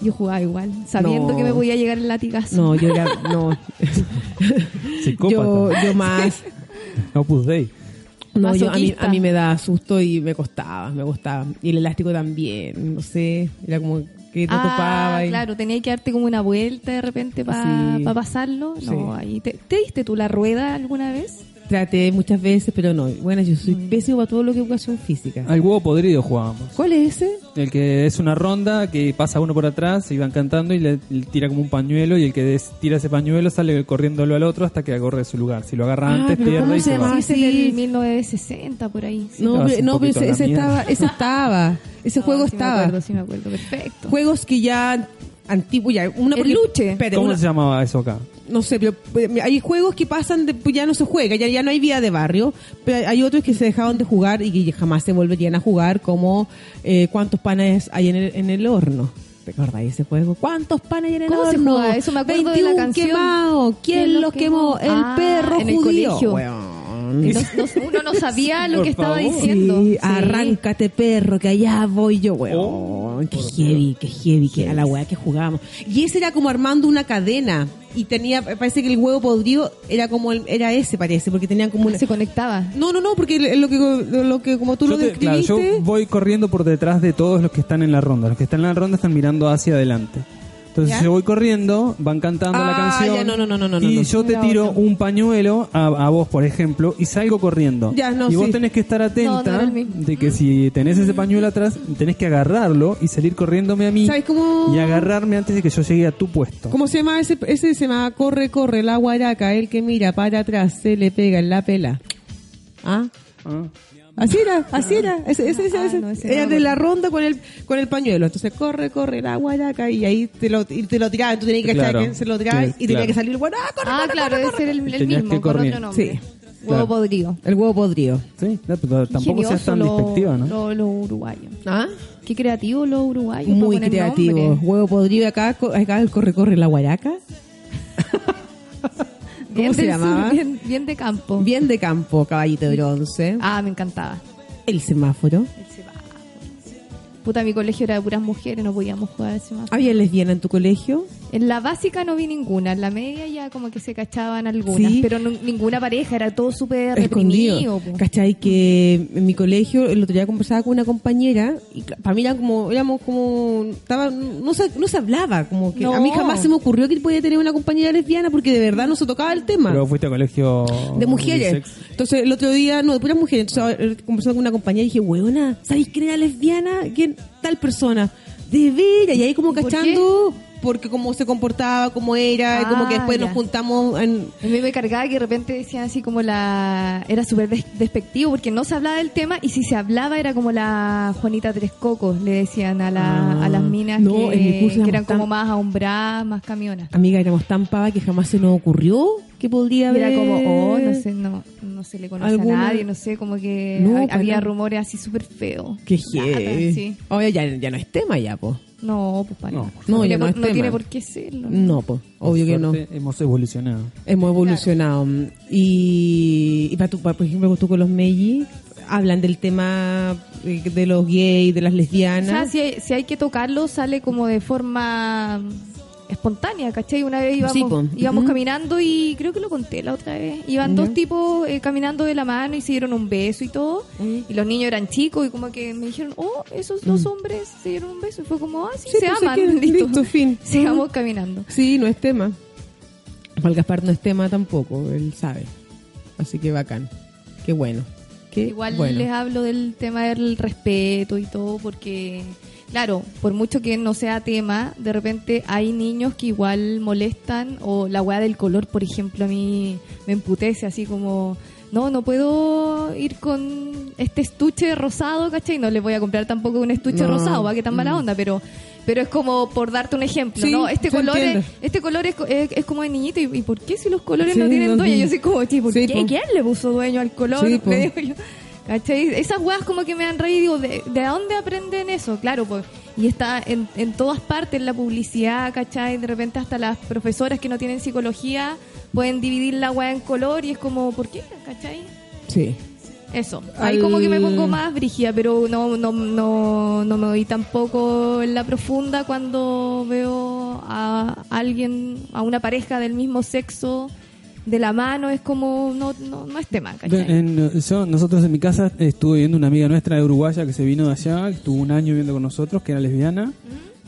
Speaker 1: Yo jugaba igual, sabiendo
Speaker 2: No.
Speaker 1: que me podía llegar el latigazo.
Speaker 2: No, yo era,
Speaker 3: <laughs>
Speaker 2: no.
Speaker 3: Psicópata.
Speaker 2: yo, yo más,
Speaker 3: Opus Dei.
Speaker 2: no, yo- a mí,
Speaker 1: Masoquista.
Speaker 2: a mí me daba susto y me costaba, me costaba. Y el elástico también, no sé, era como que te
Speaker 1: Ah,
Speaker 2: topaba y
Speaker 1: claro, tenía que darte como una vuelta de repente para
Speaker 2: Sí.
Speaker 1: pasarlo. No,
Speaker 2: Sí.
Speaker 1: ahí te, ¿te diste tú la rueda alguna vez?
Speaker 2: traté muchas veces, pero no. Bueno, yo
Speaker 1: Mm.
Speaker 2: soy pésimo para todo lo que es educación física.
Speaker 3: Al huevo podrido jugábamos.
Speaker 2: ¿Cuál es ese?
Speaker 3: El que es una ronda que pasa uno por atrás, se iban cantando y le, le tira como un pañuelo y el que des- tira ese pañuelo sale corriéndolo al otro hasta que agarre su lugar. Si lo agarra
Speaker 2: Ah,
Speaker 3: antes,
Speaker 2: pero ¿cómo
Speaker 3: pierde y
Speaker 2: se
Speaker 3: se
Speaker 2: llama?
Speaker 3: va.
Speaker 1: Sí, es
Speaker 2: sí.
Speaker 1: el 1960 por ahí. sí.
Speaker 2: No,
Speaker 3: te vas
Speaker 2: pero,
Speaker 3: un
Speaker 2: no, pero
Speaker 3: poquito a
Speaker 2: ese,
Speaker 3: la
Speaker 2: ese
Speaker 3: mierda.
Speaker 2: estaba, ese estaba,
Speaker 1: <laughs>
Speaker 2: ese
Speaker 1: No,
Speaker 2: juego
Speaker 1: sí
Speaker 2: estaba.
Speaker 1: Me acuerdo, sí, me acuerdo, perfecto.
Speaker 2: juegos que ya antiguos ya una
Speaker 1: El luche.
Speaker 2: espérate,
Speaker 3: ¿Cómo
Speaker 2: una-
Speaker 3: se llamaba eso acá?
Speaker 2: no sé pero eh, hay juegos que pasan de, pues ya no se juega ya, ya no hay vida de barrio pero hay otros que se dejaron de jugar y que jamás se volverían a jugar como eh, cuántos panes hay en el, en el horno ¿Te acordás de ese juego? ¿Cuántos panes hay en el
Speaker 1: ¿Cómo se
Speaker 2: horno?
Speaker 1: jugaba eso? Me acuerdo de la canción.
Speaker 2: quemado. ¿Quién, los quemó?
Speaker 1: Ah,
Speaker 2: El perro
Speaker 1: en el
Speaker 2: judío.
Speaker 1: colegio.
Speaker 2: Weón. <laughs>
Speaker 1: Que no- no- uno no sabía lo
Speaker 3: Por
Speaker 1: que estaba
Speaker 3: favor.
Speaker 1: diciendo.
Speaker 2: Sí,
Speaker 1: Sí.
Speaker 2: arráncate perro, que allá voy yo, weón.
Speaker 3: Oh,
Speaker 2: qué heavy, qué heavy, que a la weá que jugábamos. Y ese era como armando una cadena. Y tenía, parece que el huevo podrido era como el- era ese, parece, porque tenían como una.
Speaker 1: Se conectaba.
Speaker 2: No, no, no, porque lo que, lo que como tú
Speaker 3: Yo
Speaker 2: lo
Speaker 3: te- claro,
Speaker 2: describiste.
Speaker 3: yo voy corriendo por detrás de todos los que están en la ronda. Los que están en la ronda están mirando hacia adelante. Entonces
Speaker 2: ¿Ya?
Speaker 3: yo voy corriendo, van cantando la
Speaker 2: Ah,
Speaker 3: canción.
Speaker 2: ya, no, no, no, no, no,
Speaker 3: y
Speaker 2: no.
Speaker 3: yo te
Speaker 1: Era
Speaker 3: tiro
Speaker 1: otro.
Speaker 3: un pañuelo a, a vos, por ejemplo, y salgo corriendo.
Speaker 2: Ya, no,
Speaker 3: y vos
Speaker 2: sí.
Speaker 3: tenés que estar
Speaker 1: No, no
Speaker 3: atenta
Speaker 1: era el mismo.
Speaker 3: de que si tenés ese pañuelo atrás, tenés que agarrarlo y salir corriéndome a mí.
Speaker 2: ¿Sabes cómo?
Speaker 3: Y agarrarme antes de que yo llegue a tu puesto.
Speaker 2: ¿Cómo se llama ese? Ese se llama Corre, corre, la guaraca, el que mira para atrás se le pega en la pela. ¿Ah?
Speaker 3: Ah.
Speaker 2: Así era, así era. Ese, ese, ese,
Speaker 1: Ah,
Speaker 2: ese.
Speaker 1: no, ese
Speaker 2: era
Speaker 1: no,
Speaker 2: de
Speaker 1: bueno.
Speaker 2: la ronda con el, con el pañuelo. Entonces corre, corre la guaraca y ahí te lo, y te lo tiraban. Tú tenías que cachar
Speaker 3: Claro.
Speaker 2: quién se lo tiraba y
Speaker 3: Sí,
Speaker 2: tenía
Speaker 3: claro.
Speaker 2: que salir el guaraca.
Speaker 1: Ah, claro, debe ser el, el
Speaker 3: Tenías que
Speaker 1: mismo, con
Speaker 3: correr.
Speaker 1: otro nombre.
Speaker 2: Sí,
Speaker 1: Huevo
Speaker 3: claro.
Speaker 1: podrido.
Speaker 2: El huevo podrido.
Speaker 3: Sí, no, pero tampoco seas
Speaker 1: Ingenioso
Speaker 3: tan
Speaker 1: lo-
Speaker 3: despectiva, ¿no?
Speaker 1: lo- los uruguayos.
Speaker 2: ¿Ah?
Speaker 1: Qué creativos los uruguayos. para
Speaker 2: Muy
Speaker 1: poner
Speaker 2: creativo.
Speaker 1: nombres.
Speaker 2: Huevo podrido acá, co- acá el corre, corre la guaraca.
Speaker 1: Bien
Speaker 2: ¿Cómo se
Speaker 1: del sur,
Speaker 2: llamaba?
Speaker 1: bien, bien de campo.
Speaker 2: Bien de campo, caballito de bronce.
Speaker 1: Ah, me encantaba.
Speaker 2: El semáforo.
Speaker 1: El semáforo. Puta, mi colegio era de puras mujeres, no podíamos jugar al semáforo.
Speaker 2: ¿Había lesbiana en tu colegio?
Speaker 1: En la básica no vi ninguna, en la media ya como que se cachaban algunas,
Speaker 2: Sí.
Speaker 1: pero no- ninguna pareja, era todo súper
Speaker 2: escondido.
Speaker 1: reprimido. po.
Speaker 2: ¿Cachai? Que en mi colegio, el otro día conversaba con una compañera y para mí era como, éramos como, estaba, no, se, no se hablaba, como que
Speaker 1: No.
Speaker 2: a mí jamás se me ocurrió que podía tener una compañera lesbiana porque de verdad no se tocaba el tema.
Speaker 3: Pero fuiste a colegio...
Speaker 2: de mujeres.
Speaker 3: unisex.
Speaker 2: Entonces, el otro día, no, de puras mujeres. Entonces, eh, conversando con una compañera, dije, weona, ¿sabéis quién era lesbiana? ¿Quién? Tal persona. De veras. Y ahí como
Speaker 1: ¿Y por
Speaker 2: cachando, porque como se comportaba, como era, y como que
Speaker 1: Ah,
Speaker 2: después nos
Speaker 1: ya.
Speaker 2: juntamos en,
Speaker 1: A mí me cargaba que de repente decían así como la... Era súper des- despectivo porque no se hablaba del tema y si se hablaba era como la Juanita Tres Cocos, le decían a, la-
Speaker 2: Ah.
Speaker 1: a las minas
Speaker 2: No,
Speaker 1: que,
Speaker 2: en mi curso
Speaker 1: que
Speaker 2: éramos
Speaker 1: eran como
Speaker 2: tan-
Speaker 1: más ahombradas, más camionas.
Speaker 2: Amiga, éramos tan pava que jamás se nos ocurrió que podría haber?
Speaker 1: Era como, oh, no sé, no, no se le conoce
Speaker 2: ¿Alguna?
Speaker 1: a nadie, no sé, como que
Speaker 2: No,
Speaker 1: ha-
Speaker 2: para
Speaker 1: había
Speaker 2: nada.
Speaker 1: rumores así súper feos.
Speaker 2: Qué
Speaker 1: Lata,
Speaker 2: heavy.
Speaker 1: sí.
Speaker 2: Oye, ya, ya no es tema ya, po.
Speaker 1: No, pues para
Speaker 3: No,
Speaker 1: nada.
Speaker 3: por
Speaker 2: favor.
Speaker 1: tiene
Speaker 2: No, ya
Speaker 1: por-
Speaker 2: no es
Speaker 1: tiene
Speaker 2: tema.
Speaker 1: por qué serlo.
Speaker 2: No, po. Obvio que no.
Speaker 3: Suerte, Hemos evolucionado.
Speaker 2: Hemos evolucionado. Y, y para tu, para, por ejemplo, tú con los Meiji, hablan del tema eh, de los gays, de las
Speaker 1: O sea,
Speaker 2: lesbianas.
Speaker 1: si hay, si hay que tocarlo, sale como de forma espontánea, ¿cachai? Una vez íbamos,
Speaker 2: Sí, po.
Speaker 1: íbamos
Speaker 2: Ujú.
Speaker 1: caminando y creo que lo conté la otra vez. Iban dos tipos eh, caminando de la mano y se dieron un beso y todo.
Speaker 2: Mm.
Speaker 1: Y los niños eran chicos y como que me dijeron, oh, esos dos hombres se dieron un beso. Y fue como, ah, sí,
Speaker 2: Sí,
Speaker 1: se
Speaker 2: pues, se
Speaker 1: aman. <laughs>
Speaker 2: quieren.
Speaker 1: listo.
Speaker 2: Listo, fin.
Speaker 1: Sigamos caminando.
Speaker 2: Sí, no es tema. Para el Gaspar no es tema tampoco, él sabe. Así que bacán. Qué bueno. Qué
Speaker 1: Igual
Speaker 2: bueno.
Speaker 1: les hablo del tema del respeto y todo, porque, claro, por mucho que no sea tema, de repente hay niños que igual molestan, o la weá del color, por ejemplo, a mí me emputece, así como, no, no puedo ir con este estuche rosado, ¿cachai? No les voy a comprar tampoco un estuche
Speaker 2: No. mm.
Speaker 1: rosado, va que tan mala onda, pero... Pero es como por darte un ejemplo,
Speaker 2: Sí,
Speaker 1: ¿no? Este
Speaker 2: se
Speaker 1: color, es,
Speaker 2: entiende.
Speaker 1: este color es, co- es- es como de niñito. ¿Y, y por qué si los colores
Speaker 2: Sí,
Speaker 1: no tienen
Speaker 2: los
Speaker 1: dueño? Yo
Speaker 2: niños.
Speaker 1: soy como, tipo, ¿por
Speaker 2: Sí,
Speaker 1: qué?
Speaker 2: po.
Speaker 1: ¿Quién le puso dueño al color?
Speaker 2: Sí,
Speaker 1: <laughs>
Speaker 2: po.
Speaker 1: Le digo yo. ¿Cachai? Esas weas como que me han reído, digo, ¿de, de dónde aprenden eso? Claro, pues. Y está en, en todas partes, en la publicidad, ¿cachai? De repente hasta las profesoras que no tienen psicología pueden dividir la wea en color y es como, ¿por qué? ¿Cachai?
Speaker 2: Sí.
Speaker 1: Eso. Ahí
Speaker 2: Al-
Speaker 1: como que me pongo más brígida, pero no, no, no, no me doy tampoco en la profunda cuando veo a alguien, a una pareja del mismo sexo de la mano, es como, no, no, no es tema, ¿cachai?
Speaker 3: En- eh, yo- nosotros en mi casa estuve viendo una amiga nuestra de Uruguaya que se vino de allá, que estuvo un año viviendo con nosotros, que era lesbiana.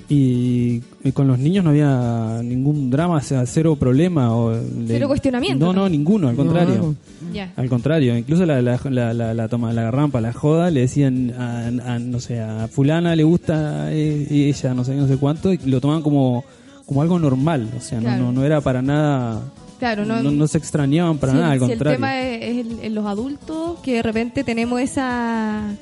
Speaker 3: Y, y con los niños no había ningún drama, o sea, cero problema. O
Speaker 1: Cero cuestionamiento,
Speaker 3: No, no,
Speaker 1: ¿no?
Speaker 3: ninguno, al contrario.
Speaker 2: No.
Speaker 1: Ya.
Speaker 3: Al contrario, incluso la, la, la, la, la toma, la rampa, la joda, le decían a, a, no sé, a fulana le gusta eh, ella, no sé, no sé cuánto, y lo tomaban como, como algo normal, o sea, no-
Speaker 1: Claro.
Speaker 3: no, no, era para nada,
Speaker 1: Claro, no,
Speaker 3: no, no se extrañaban para
Speaker 1: si,
Speaker 3: nada, al
Speaker 1: si
Speaker 3: contrario.
Speaker 1: el tema es, es el- en los adultos, que de repente tenemos esa,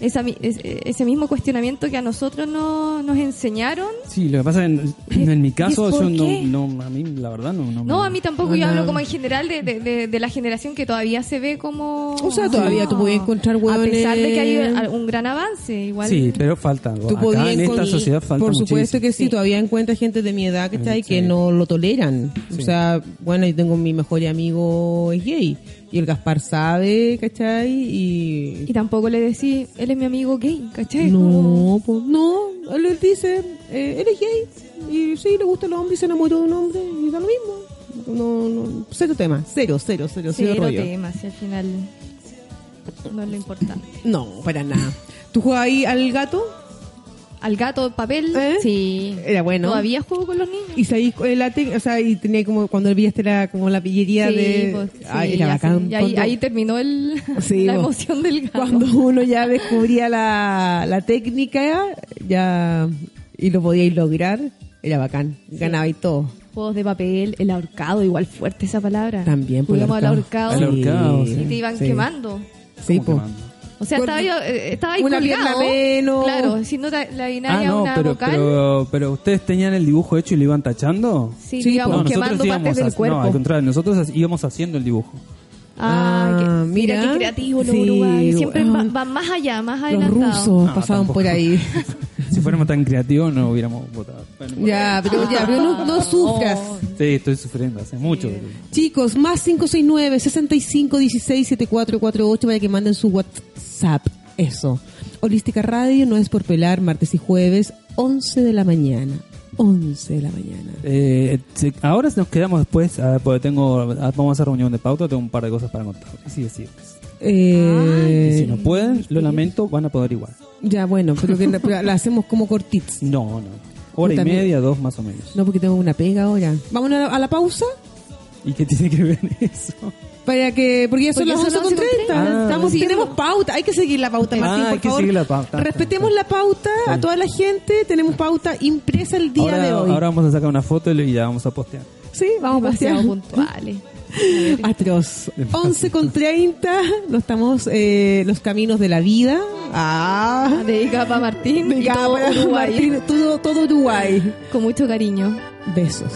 Speaker 1: esa mi- es- ese mismo cuestionamiento que a nosotros no, nos enseñaron
Speaker 3: Sí, lo que pasa en,
Speaker 1: <clears throat>
Speaker 3: en mi caso,
Speaker 1: ¿Y es
Speaker 3: yo
Speaker 1: por
Speaker 3: no,
Speaker 1: qué?
Speaker 3: no, a mí la verdad no. No,
Speaker 1: No,
Speaker 3: me-
Speaker 1: a mí tampoco. Yo hablo como en general de, de, de- de la generación que todavía se ve como.
Speaker 2: O sea, todavía tú podías encontrar
Speaker 1: A pesar de que hay
Speaker 2: hueones.
Speaker 1: un gran avance, igual.
Speaker 3: Sí, pero falta.
Speaker 2: Tú
Speaker 3: Acá
Speaker 2: podías
Speaker 3: en esta
Speaker 2: encon-
Speaker 3: sociedad falta
Speaker 2: Por supuesto
Speaker 3: muchísimo.
Speaker 2: que sí, todavía encuentra gente de mi edad ¿cachai? que no lo toleran. O sea, bueno, yo tengo mi mejor amigo es gay y el Gaspar sabe, ¿cachai?
Speaker 1: Y
Speaker 2: Y
Speaker 1: tampoco le decís, él es mi amigo gay, ¿cachai? Como-
Speaker 2: no, po, no, él les dice, eh, él es gay y sí, le gusta el hombre y se enamoró de un hombre y da lo mismo. No, no, cero tema, cero, cero, cero, cero,
Speaker 1: Cero
Speaker 2: rollo.
Speaker 1: temas, y al final. No es lo importante.
Speaker 2: No, para nada. ¿Tú jugabas ahí al gato?
Speaker 1: Al gato, papel.
Speaker 2: ¿Eh?
Speaker 1: Sí.
Speaker 2: Era bueno.
Speaker 1: Todavía juego con los niños.
Speaker 2: Y sabí, eh, la te- o sea, y tenía como cuando olvidaste la como la pillería
Speaker 1: Sí,
Speaker 2: de
Speaker 1: pues, sí,
Speaker 2: Ay,
Speaker 1: ya
Speaker 2: era bacán.
Speaker 1: sé. Y ahí,
Speaker 2: cuando,
Speaker 1: ahí terminó el,
Speaker 2: Sí,
Speaker 1: la
Speaker 2: vos.
Speaker 1: emoción del gato.
Speaker 2: <laughs> cuando uno ya descubría la, la técnica ya y lo podíais lograr, era bacán, ganaba y todo.
Speaker 1: Juegos de papel, el ahorcado, igual fuerte esa palabra.
Speaker 2: También por
Speaker 1: Jugamos al ahorcado.
Speaker 3: Al ahorcado, sí.
Speaker 1: Y te iban
Speaker 2: sí.
Speaker 1: quemando.
Speaker 2: Sí, po.
Speaker 3: ¿Cómo que mando?
Speaker 1: O sea,
Speaker 2: Por-
Speaker 1: estaba, yo, eh, estaba ahí
Speaker 2: una pierna
Speaker 1: colgado.
Speaker 2: menos.
Speaker 1: Claro, siendo la, la
Speaker 3: Ah,
Speaker 1: binaria
Speaker 3: no,
Speaker 1: una
Speaker 3: pero,
Speaker 1: vocal.
Speaker 3: pero, pero ustedes tenían el dibujo hecho y lo iban tachando.
Speaker 1: sí,
Speaker 2: Sí,
Speaker 1: digamos,
Speaker 2: pues.
Speaker 3: nosotros
Speaker 1: quemando partes del
Speaker 3: ha- No, al
Speaker 1: cuerpo.
Speaker 3: contrario, nosotros ha- íbamos haciendo el dibujo.
Speaker 1: ah,
Speaker 2: Ah,
Speaker 1: que- mira,
Speaker 2: mira.
Speaker 1: qué creativo los
Speaker 2: Sí,
Speaker 1: uruguayos. Siempre
Speaker 2: ah.
Speaker 1: va- van más allá, más
Speaker 2: Los
Speaker 1: adelantados.
Speaker 2: rusos
Speaker 3: Ah,
Speaker 2: pasaban
Speaker 3: tampoco.
Speaker 2: por
Speaker 3: <laughs>
Speaker 2: ahí.
Speaker 3: si fuéramos tan creativos no hubiéramos votado. Bueno,
Speaker 2: ya, pero ya, pero no, no sufras.
Speaker 1: Oh.
Speaker 3: bueno. Sí, estoy sufriendo hace mucho.
Speaker 2: Chicos, más 569-6516-7448 para que manden su WhatsApp. Eso. Holística Radio no es por pelar, martes y jueves, 11 de la mañana. 11 de la mañana.
Speaker 3: Eh, sí, ahora nos quedamos después, ah, porque tengo, ah, vamos a hacer reunión de pauta, tengo un par de cosas para contar. Así decirles.
Speaker 2: Eh,
Speaker 3: Y si no pueden, lo lamento, van a poder igual.
Speaker 2: Ya, bueno, pero que la, pero la hacemos como cortits.
Speaker 3: No, no. Hora y
Speaker 2: Yo también.
Speaker 3: media, dos más o menos.
Speaker 2: No, porque tengo una pega ahora. Vamos a la, a la pausa
Speaker 3: ¿Y qué tiene que ver eso?
Speaker 2: para que porque ya son
Speaker 1: Porque
Speaker 2: las
Speaker 1: son
Speaker 2: 11.30.
Speaker 1: las 11:30.
Speaker 3: Ah.
Speaker 2: Estamos,
Speaker 1: Sí,
Speaker 2: tenemos
Speaker 1: no.
Speaker 2: pauta, hay que seguir la pauta,
Speaker 3: Ah,
Speaker 2: Martín, por
Speaker 3: hay que
Speaker 2: favor.
Speaker 3: seguir la pauta.
Speaker 2: Respetemos la pauta a toda la gente, tenemos pauta impresa el día
Speaker 3: ahora,
Speaker 2: de hoy.
Speaker 3: ahora vamos a sacar una foto y la vamos a postear.
Speaker 2: Sí, vamos a
Speaker 1: Demasiado
Speaker 2: pasear.
Speaker 1: puntuales.
Speaker 2: Atroz. 11 con 30, no estamos eh, los caminos de la vida. Ah,
Speaker 1: Dedicada para Martín. y
Speaker 2: Dedicada
Speaker 1: todo
Speaker 2: para
Speaker 1: Uruguay.
Speaker 2: Martín, todo, todo Uruguay.
Speaker 1: Con mucho cariño.
Speaker 2: Besos.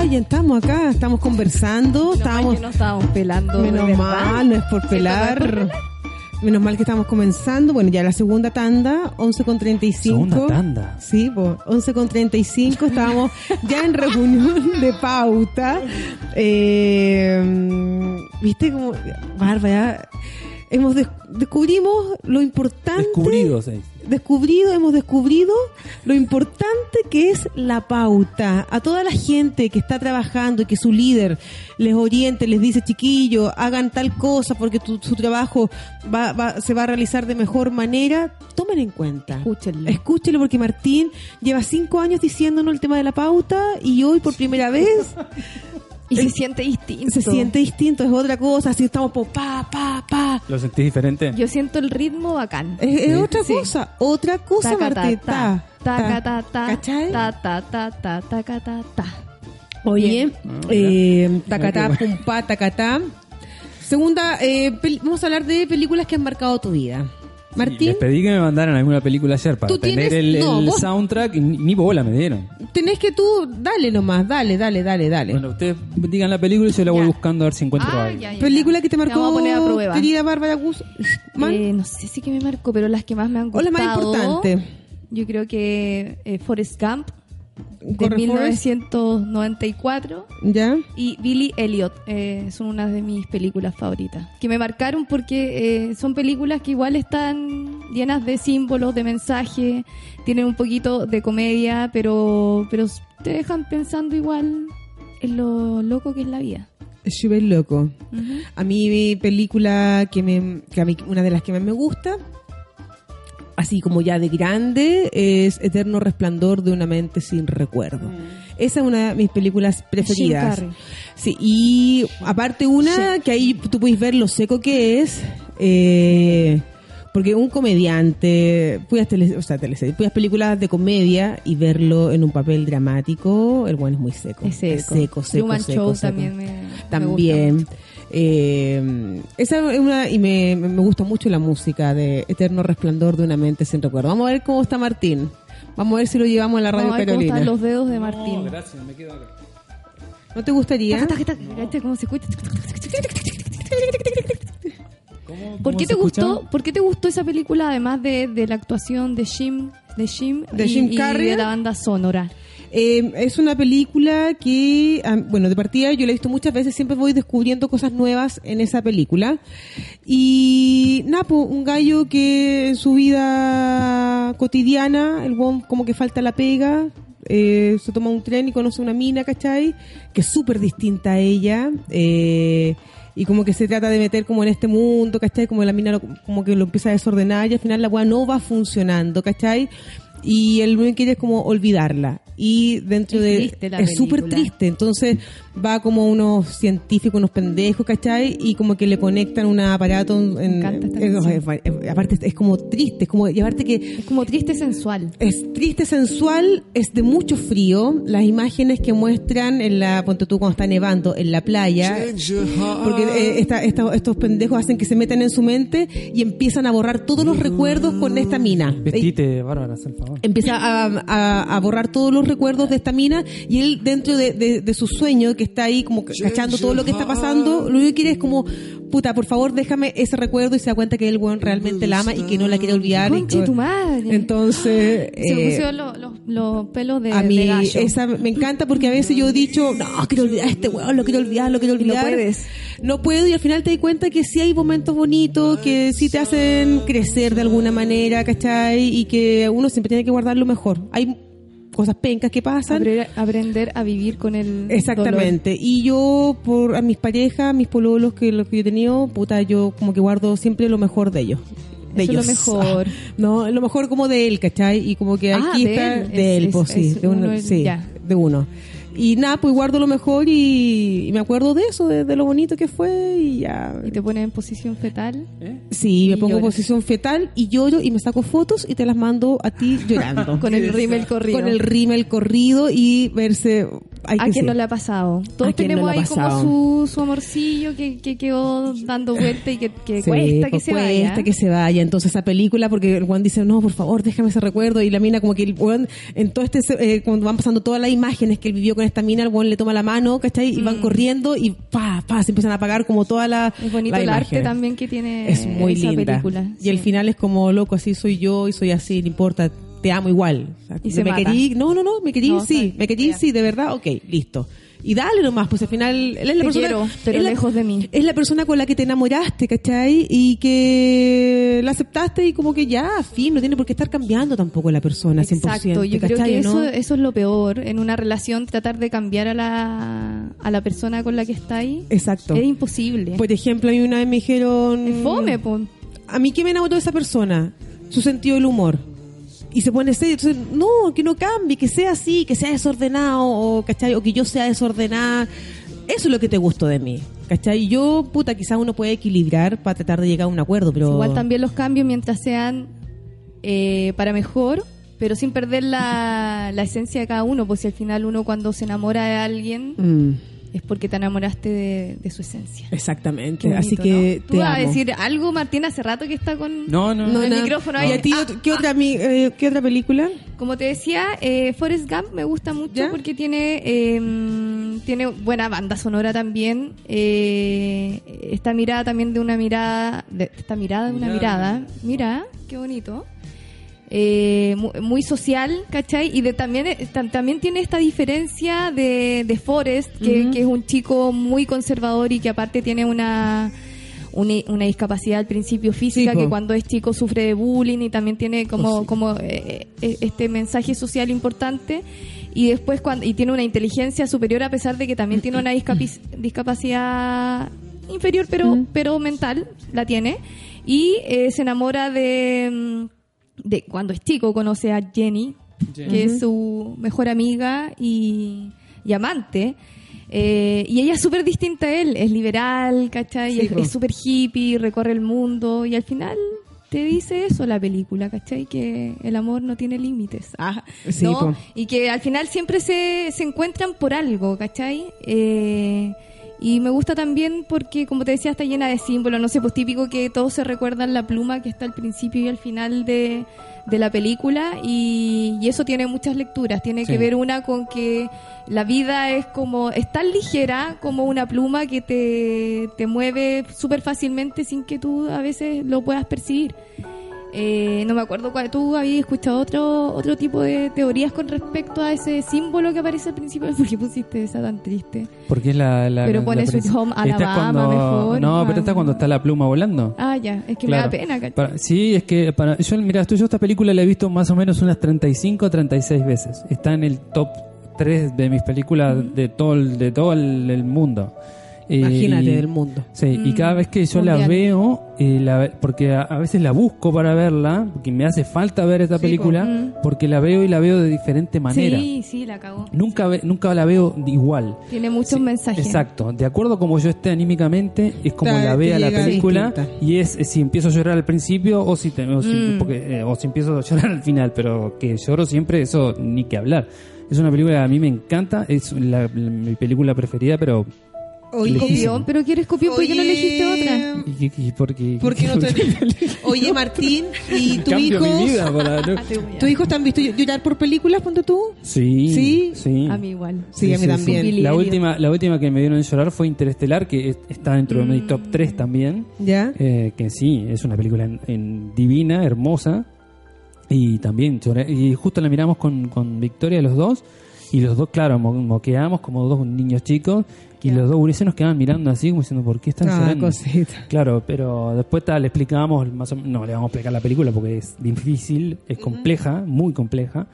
Speaker 2: oye, estamos acá, estamos conversando,
Speaker 1: Menos mal
Speaker 2: estamos...
Speaker 1: que no estábamos pelando. de
Speaker 2: Menos
Speaker 1: verdad.
Speaker 2: mal, no es por pelar. Menos mal que estamos comenzando. Bueno, ya la segunda tanda, 11 con 35.
Speaker 3: Segunda tanda.
Speaker 2: Sí, po, 11 con 35. Estábamos ya en reunión de pauta. Eh, Viste como, Bárbara, hemos des- descubrimos lo importante.
Speaker 3: Descubridos, eh.
Speaker 2: Descubrido, hemos descubrido lo importante que es la pauta. A toda la gente que está trabajando y que su líder les oriente, les dice, chiquillo, hagan tal cosa porque tu- su trabajo va- va- se va a realizar de mejor manera, tomen en cuenta.
Speaker 1: Escúchenlo.
Speaker 2: Escúchelo porque Martín lleva cinco años diciéndonos el tema de la pauta y hoy por primera vez
Speaker 1: Y se siente distinto.
Speaker 2: se siente distinto, es otra cosa, así estamos por pa, pa, pa.
Speaker 3: ¿Lo sentís diferente?
Speaker 1: Yo siento el ritmo bacán.
Speaker 2: Es, es
Speaker 3: Sí.
Speaker 2: otra
Speaker 1: Sí.
Speaker 2: cosa, otra cosa
Speaker 1: Taca, ta,
Speaker 2: Martín.
Speaker 1: ta,
Speaker 2: Ta,
Speaker 1: taca, ta, ta,
Speaker 2: ¿Cachai?
Speaker 1: ta, ta, ta, ta, taca, ta, ta.
Speaker 2: Oye,
Speaker 3: Ah,
Speaker 2: eh,
Speaker 3: Mira
Speaker 2: tacatá,
Speaker 3: qué
Speaker 2: pumpa, tacatá. Segunda, eh, pel- vamos a hablar de películas que han marcado tu vida. Martín,
Speaker 3: Les pedí que me mandaran alguna película ayer para
Speaker 2: Tú
Speaker 3: tener
Speaker 2: tienes-
Speaker 3: el,
Speaker 2: no,
Speaker 3: el
Speaker 2: vos-
Speaker 3: soundtrack y ni ni bola me dieron.
Speaker 2: tenés que tú, dale nomás, dale, dale, dale, dale.
Speaker 3: Bueno, ustedes digan la película y yo la voy
Speaker 1: Ya.
Speaker 3: buscando a ver si encuentro
Speaker 1: Ah,
Speaker 3: algo.
Speaker 1: ya, ya,
Speaker 2: Película
Speaker 1: ya.
Speaker 2: que te
Speaker 1: La
Speaker 2: marcó,
Speaker 1: vamos a poner a prueba.
Speaker 2: querida Bárbara Gus. Man,
Speaker 1: Eh, no sé si que me marcó, pero las que más me han
Speaker 2: O la
Speaker 1: gustado.
Speaker 2: más importante.
Speaker 1: Yo creo que eh, Forrest Gump de
Speaker 2: Corre,
Speaker 1: 1994
Speaker 2: ¿Ya?
Speaker 1: y Billy Elliot eh, son una de mis películas favoritas que me marcaron porque eh, son películas que igual están llenas de símbolos, de mensajes, tienen un poquito de comedia, pero pero te dejan pensando igual en lo loco que es la vida.
Speaker 2: Schubert Loco.
Speaker 1: Ujú.
Speaker 2: A mí mi película que me que a mí una de las que más me gusta, así como ya de grande, es Eterno Resplandor de una mente sin recuerdo. Esa es una de mis películas preferidas.
Speaker 1: Jim Mm. Carrey.
Speaker 2: Sí, y aparte una que ahí tú puedes ver lo seco que es, eh, porque un comediante, puedes tele, o sea, teleseries, puedes películas de comedia y verlo en un papel dramático, el bueno es muy seco.
Speaker 1: Es seco.
Speaker 2: seco, seco,
Speaker 1: Truman
Speaker 2: seco,
Speaker 1: Show
Speaker 2: seco.
Speaker 1: también me- me gusta
Speaker 2: También.
Speaker 1: mucho.
Speaker 2: Eh, esa es una, y me, me gusta mucho la música de Eterno Resplandor de una mente sin recuerdo. Vamos a ver cómo está Martín. Vamos a ver si lo llevamos a la radio
Speaker 1: Vamos a ver cómo
Speaker 2: Carolina.
Speaker 1: están los dedos de Martín.
Speaker 3: gracias, me quedo acá.
Speaker 2: ¿No te gustaría?
Speaker 1: Taca, taca, taca. ¿Viste cómo este se escucha? ¿Por qué, te gustó, ¿Por qué te gustó esa película además de, de la actuación de Jim, de Jim,
Speaker 2: De
Speaker 1: y,
Speaker 2: Jim
Speaker 1: y
Speaker 2: Carrey?
Speaker 1: de la banda sonora?
Speaker 2: Eh, es una película que, ah, bueno, de partida yo la he visto muchas veces, siempre voy descubriendo cosas nuevas en esa película. Y Napo, un gallo que en su vida cotidiana, el guon como que falta la pega, eh, se toma un tren y conoce una mina, ¿cachai? Que es súper distinta a ella. eh, y como que se trata de meter como en este mundo, ¿cachai? Como la mina lo- como que lo empieza a desordenar y al final la weá no va funcionando, ¿cachai? Y el único que quiere es como olvidarla. Y dentro
Speaker 1: Es
Speaker 2: de...
Speaker 1: triste la
Speaker 2: es súper
Speaker 1: película.
Speaker 2: triste. Entonces va como unos científicos, unos pendejos, ¿cachai? Y como que le conectan un aparato... En,
Speaker 1: encanta esta
Speaker 2: en-
Speaker 1: canción.
Speaker 2: es- aparte es como triste, es como... Y aparte que
Speaker 1: Es como triste sensual.
Speaker 2: es triste, sensual, es de mucho frío. Las imágenes que muestran en la, ponte tú cuando está nevando, en la playa. Porque eh, esta- esta- estos pendejos hacen que se metan en su mente y empiezan a borrar todos los recuerdos con esta mina.
Speaker 1: Mm.
Speaker 3: Vestite, Bárbara, haz el favor.
Speaker 2: Empieza a, a- a borrar todos los recuerdos de esta mina y él dentro de, de- de su sueño que está ahí como cachando todo lo que está pasando, lo único que quiere es como, puta, por favor déjame ese recuerdo y se da cuenta que el weón realmente la ama y que no la quiere olvidar. y
Speaker 1: Conche
Speaker 2: que-
Speaker 1: tu madre.
Speaker 2: Entonces...
Speaker 1: se me
Speaker 2: eh,
Speaker 1: pusieron los, los- los pelos de,
Speaker 2: a mí
Speaker 1: de gallo.
Speaker 2: esa me encanta porque a veces yo he dicho, no, quiero olvidar a este weón, lo quiero olvidar, lo quiero
Speaker 1: Y no
Speaker 2: olvidar.
Speaker 1: puedes.
Speaker 2: No puedo y al final te di cuenta que sí hay momentos bonitos, que sí te hacen crecer de alguna manera, ¿cachai? Y que uno siempre tiene que guardar lo mejor. Hay cosas pencas que pasan.
Speaker 1: Aprender, aprender a vivir con el
Speaker 2: Exactamente. Y yo, por a mis parejas, mis pololos, que los que yo he tenido, puta, yo como que guardo siempre lo mejor de ellos. De
Speaker 1: Eso es lo
Speaker 2: ellos.
Speaker 1: mejor.
Speaker 2: No, lo mejor como de él, ¿cachai? Y como que
Speaker 1: Ah,
Speaker 2: aquí
Speaker 1: de
Speaker 2: está
Speaker 1: él.
Speaker 2: de
Speaker 1: Es-
Speaker 2: él, pues
Speaker 1: es-
Speaker 2: sí,
Speaker 1: es
Speaker 2: de uno,
Speaker 1: uno el-
Speaker 2: sí,
Speaker 1: ya.
Speaker 2: de uno. Y nada, pues guardo lo mejor y, y me acuerdo de eso, de, de lo bonito que fue y ya.
Speaker 1: dolor. Y te ponen en posición fetal.
Speaker 2: Sí, me
Speaker 1: y
Speaker 2: pongo en
Speaker 1: lloras.
Speaker 2: posición fetal y lloro y me saco fotos y te las mando a ti llorando.
Speaker 1: Con el rímel <laughs> corrido.
Speaker 2: Con el rímel corrido y verse hay
Speaker 1: ¿A
Speaker 2: que
Speaker 1: quién no
Speaker 2: ser.
Speaker 1: le ha pasado?
Speaker 2: ¿A
Speaker 1: Todos
Speaker 2: quién no
Speaker 1: tenemos
Speaker 2: le
Speaker 1: ahí
Speaker 2: ha pasado?
Speaker 1: como su, su amorcillo que, que quedó dando vuelta y que, que
Speaker 2: Sí,
Speaker 1: cuesta que
Speaker 2: pues,
Speaker 1: se
Speaker 2: cuesta
Speaker 1: vaya.
Speaker 2: que se vaya. Entonces esa película, porque el Juan dice, no, por favor, déjame ese recuerdo. Y la mina como que el Juan, en todo este, eh, cuando van pasando todas las imágenes que él vivió con esta mina, el Juan le toma la mano, ¿cachai? Y van corriendo y pa, pa, se empiezan a apagar como toda la
Speaker 1: Mm. Es bonito
Speaker 2: las
Speaker 1: el arte
Speaker 2: imágenes.
Speaker 1: también que tiene
Speaker 2: Es muy
Speaker 1: Eh, esa
Speaker 2: linda.
Speaker 1: película.
Speaker 2: Y el
Speaker 1: Sí.
Speaker 2: final es como, loco, así soy yo y soy así, no importa, te amo igual. O sea,
Speaker 1: Y se
Speaker 2: me
Speaker 1: mata.
Speaker 2: querí, no, no, no, me querí,
Speaker 1: No,
Speaker 2: sí,
Speaker 1: soy-
Speaker 2: me querí,
Speaker 1: mira.
Speaker 2: sí, de verdad, ok, listo. Y dale nomás, pues al final, él es la
Speaker 1: Te
Speaker 2: persona.
Speaker 1: quiero, pero
Speaker 2: es la-
Speaker 1: lejos de mí.
Speaker 2: es la persona con la que te enamoraste, ¿cachai? Y que la aceptaste y como que ya, fin, no tiene por qué estar cambiando tampoco la persona 100%.
Speaker 1: Exacto, yo creo
Speaker 2: ¿cachai?
Speaker 1: que
Speaker 2: ¿No?
Speaker 1: eso, eso es lo peor en una relación, tratar de cambiar a la, a la persona con la que está ahí.
Speaker 2: Exacto. Pues,
Speaker 1: Es imposible.
Speaker 2: Por ejemplo, a mí una vez me dijeron...
Speaker 1: es fome, po.
Speaker 2: a mí que me enamoró de esa persona, su sentido del humor. Y se pone serio, entonces, no, que no cambie, que sea así, que sea desordenado, o, ¿cachai? O que yo sea desordenada. Eso es lo que te gustó de mí, ¿cachai? Y Yo, puta, quizás uno puede equilibrar para tratar de llegar a un acuerdo, pero...
Speaker 1: Igual también los cambios mientras sean eh, para mejor, pero sin perder la, la esencia de cada uno, porque si al final uno cuando se enamora de alguien
Speaker 2: Mm,
Speaker 1: es porque te enamoraste de, de su esencia.
Speaker 2: exactamente.
Speaker 1: Qué
Speaker 2: Así
Speaker 1: bonito,
Speaker 2: que
Speaker 1: ¿no?
Speaker 2: te
Speaker 1: Tú vas a
Speaker 2: amo.
Speaker 1: decir algo, Martín, hace rato que está con
Speaker 3: No, no.
Speaker 1: con el
Speaker 2: nada.
Speaker 1: micrófono
Speaker 2: ¿Y
Speaker 1: ahí.
Speaker 2: a ti,
Speaker 1: Ah,
Speaker 2: ot- ¿qué, otra, mi- eh, ¿qué otra película?
Speaker 1: Como te decía, eh, Forrest Gump me gusta mucho
Speaker 2: ¿Ya?
Speaker 1: porque tiene eh, tiene buena banda sonora también. eh, esta mirada también de una mirada, de- esta mirada de una
Speaker 3: Mirada.
Speaker 1: mirada. Mira, qué bonito. Eh, mu- muy, social, ¿cachai? Y de, también, eh, tam- también tiene esta diferencia de, de Forrest, que, que es un chico muy conservador y que aparte tiene una, una, una discapacidad al principio física,
Speaker 2: Sí, po. Oh,
Speaker 1: que cuando es chico sufre de bullying y también tiene como, como eh, eh, este mensaje social importante. Y después cuando, y tiene una inteligencia superior a pesar de que también tiene una
Speaker 2: <clears throat>
Speaker 1: discapi- discapacidad inferior, pero, pero mental, la tiene. Y eh, se enamora de, mm, de cuando es chico, conoce a Jenny, que es su mejor amiga y, y amante. Eh, y ella es súper distinta a él, es liberal, ¿cachai?
Speaker 2: Sí,
Speaker 1: es-
Speaker 2: po.
Speaker 1: es súper hippie, recorre el mundo y al final te dice eso la película, ¿cachai? Que el amor no tiene límites. Ah,
Speaker 2: Sí,
Speaker 1: ¿no?
Speaker 2: po.
Speaker 1: Y que al final siempre se, se encuentran por algo, ¿cachai? Eh, y me gusta también porque, como te decía, está llena de símbolos, no sé, pues típico que todos se recuerdan la pluma que está al principio y al final de, de la película y, y eso tiene muchas lecturas, tiene
Speaker 3: Sí.
Speaker 1: que ver una con que la vida es como, es tan ligera como una pluma que te, te mueve súper fácilmente sin que tú a veces lo puedas percibir. Eh, no me acuerdo cuál. ¿Tú habías escuchado otro otro tipo de teorías con respecto a ese símbolo que aparece al principio? <laughs> ¿Por qué pusiste esa tan triste?
Speaker 3: Porque es la. la
Speaker 1: Pero
Speaker 3: la
Speaker 1: pone
Speaker 3: prensa.
Speaker 1: Sweet Home
Speaker 3: Esta es
Speaker 1: Alabama
Speaker 3: cuando-
Speaker 1: mejor.
Speaker 3: No, pero esta
Speaker 1: Ah.
Speaker 3: es cuando está la pluma volando.
Speaker 1: Ah, ya. Es que
Speaker 3: Claro.
Speaker 1: me da pena, ¿cachai?
Speaker 3: Para- sí, es que para, yo, mira, tú- yo esta película la he visto más o menos unas 35 o 36 veces. Está en el top 3 de mis películas de todo el, de todo el, el mundo. Eh,
Speaker 2: Imagínate
Speaker 3: y-
Speaker 2: del mundo.
Speaker 3: Sí, y
Speaker 1: Mm,
Speaker 3: cada vez que yo la
Speaker 1: mundial.
Speaker 3: veo, eh, la- porque a, a veces la busco para verla, porque me hace falta ver esta película,
Speaker 1: mm.
Speaker 3: porque la veo y la veo de diferente manera.
Speaker 1: Sí, sí, la cagó.
Speaker 3: Nunca, ve- nunca la veo igual.
Speaker 1: Tiene muchos
Speaker 3: Sí,
Speaker 1: mensajes.
Speaker 3: Exacto, de acuerdo a como yo esté anímicamente, es como
Speaker 2: Claro,
Speaker 3: la
Speaker 2: te
Speaker 3: vea la
Speaker 2: llega
Speaker 3: película
Speaker 2: distinta.
Speaker 3: y es, eh, si empiezo a llorar al principio o si, te- o si-
Speaker 1: Mm.
Speaker 3: porque, eh, o si empiezo a llorar <laughs> al final, pero que lloro siempre, eso ni que hablar. Es una película que a mí me encanta, es la- la- mi película preferida, pero...
Speaker 6: Oye,
Speaker 1: Copión, pero quieres copión, ¿por qué no
Speaker 6: oye,
Speaker 1: elegiste otra?
Speaker 3: y- y- y porque,
Speaker 6: ¿por qué no
Speaker 2: <laughs>
Speaker 3: <laughs>
Speaker 6: te- Oye, Martín, ¿y tu hijo?
Speaker 3: mi vida
Speaker 6: <laughs>
Speaker 3: para-
Speaker 1: Ah,
Speaker 3: no.
Speaker 6: ¿Tus hijos te han visto llorar por películas, ponte tú?
Speaker 3: Sí,
Speaker 6: Sí,
Speaker 3: sí.
Speaker 1: A mí igual.
Speaker 6: Sí, a mí también.
Speaker 1: Billy
Speaker 3: La
Speaker 1: Elliot.
Speaker 3: última, la última que me dieron a llorar fue Interestelar, que es- está dentro de mi
Speaker 6: Mm.
Speaker 3: top 3 también.
Speaker 6: ¿Ya?
Speaker 3: Eh, que sí, es una película en- en divina, hermosa. Y también lloré- Y justo la miramos con, con Victoria los dos. Y los dos, claro, mo- moqueamos como dos niños chicos. Y los dos gurises nos quedaban mirando así, como diciendo, ¿por qué están
Speaker 2: Ah,
Speaker 3: llorando?
Speaker 2: cosita.
Speaker 3: <laughs> Claro, pero después tal, le explicábamos, más o men- no le vamos a explicar la película porque es difícil, es compleja, muy compleja,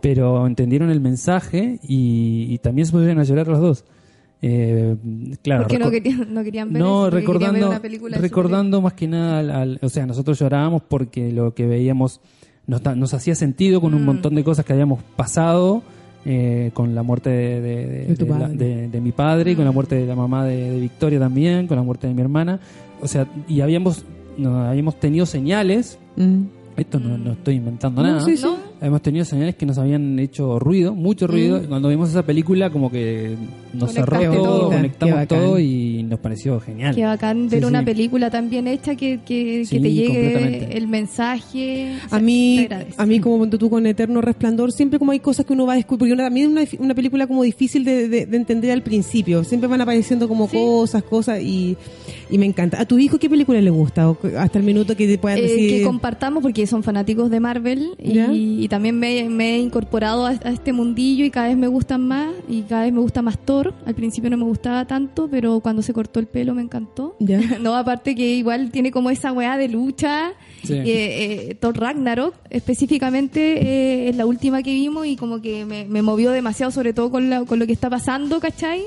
Speaker 3: pero entendieron el mensaje y, y también se pusieron a llorar los dos. Eh, claro,
Speaker 1: Porque no
Speaker 3: reco-
Speaker 1: querían, no querían ver
Speaker 3: no,
Speaker 1: eso, porque querían ver
Speaker 3: recordando,
Speaker 1: una película de
Speaker 3: recordando más que nada, al, al- o sea, nosotros llorábamos porque lo que veíamos nos, da- nos hacía sentido con un montón de cosas que habíamos pasado, eh, con la muerte de, de- de-
Speaker 2: De tu
Speaker 3: de la-
Speaker 2: padre.
Speaker 3: de- de mi padre, con la muerte de la mamá de, de Victoria también, con la muerte de mi hermana, o sea, y habíamos, no, habíamos tenido señales,
Speaker 2: Mm.
Speaker 3: esto no, no estoy inventando
Speaker 2: No,
Speaker 3: nada,
Speaker 1: Mm,
Speaker 2: sí, sí.
Speaker 1: superhéroes.
Speaker 3: Hemos tenido señales que nos habían hecho ruido, mucho ruido. Y cuando vimos esa película, como que nos cerró
Speaker 1: Conectaste
Speaker 3: todo,
Speaker 1: todo.
Speaker 3: conectamos
Speaker 7: Qué
Speaker 3: todo
Speaker 7: bacán.
Speaker 3: y nos pareció genial.
Speaker 1: Qué bacán ver
Speaker 3: Sí,
Speaker 1: una
Speaker 3: sí.
Speaker 1: película tan bien hecha que, que,
Speaker 3: Sí,
Speaker 1: que te llegue
Speaker 3: completamente.
Speaker 1: el mensaje.
Speaker 2: A
Speaker 1: Se- se
Speaker 2: mí,
Speaker 1: agradece.
Speaker 2: a mí como ponte tú con Eterno Resplandor, siempre como hay cosas que uno va a descubrir, porque una- también es una, dif- una película como difícil de, de- de entender al principio, siempre van apareciendo como
Speaker 1: Sí.
Speaker 2: cosas, cosas, y, y me encanta. ¿A tu hijo qué película le gusta? O que- hasta el minuto que te puedan
Speaker 1: Eh,
Speaker 2: decir...
Speaker 1: que compartamos porque son fanáticos de Marvel y,
Speaker 2: ¿Ya?
Speaker 1: y también me, me he incorporado a, a este mundillo y cada vez me gustan más y cada vez me gusta más Thor. Al principio no me gustaba tanto, pero cuando se cortó el pelo me encantó.
Speaker 2: ¿Ya?
Speaker 1: <laughs> No, aparte que igual tiene como esa weá de lucha.
Speaker 3: Sí.
Speaker 1: Eh, eh, Thor Ragnarok específicamente eh, es la última que vimos y como que me, me movió demasiado, sobre todo con, la- con lo que está pasando, ¿cachai?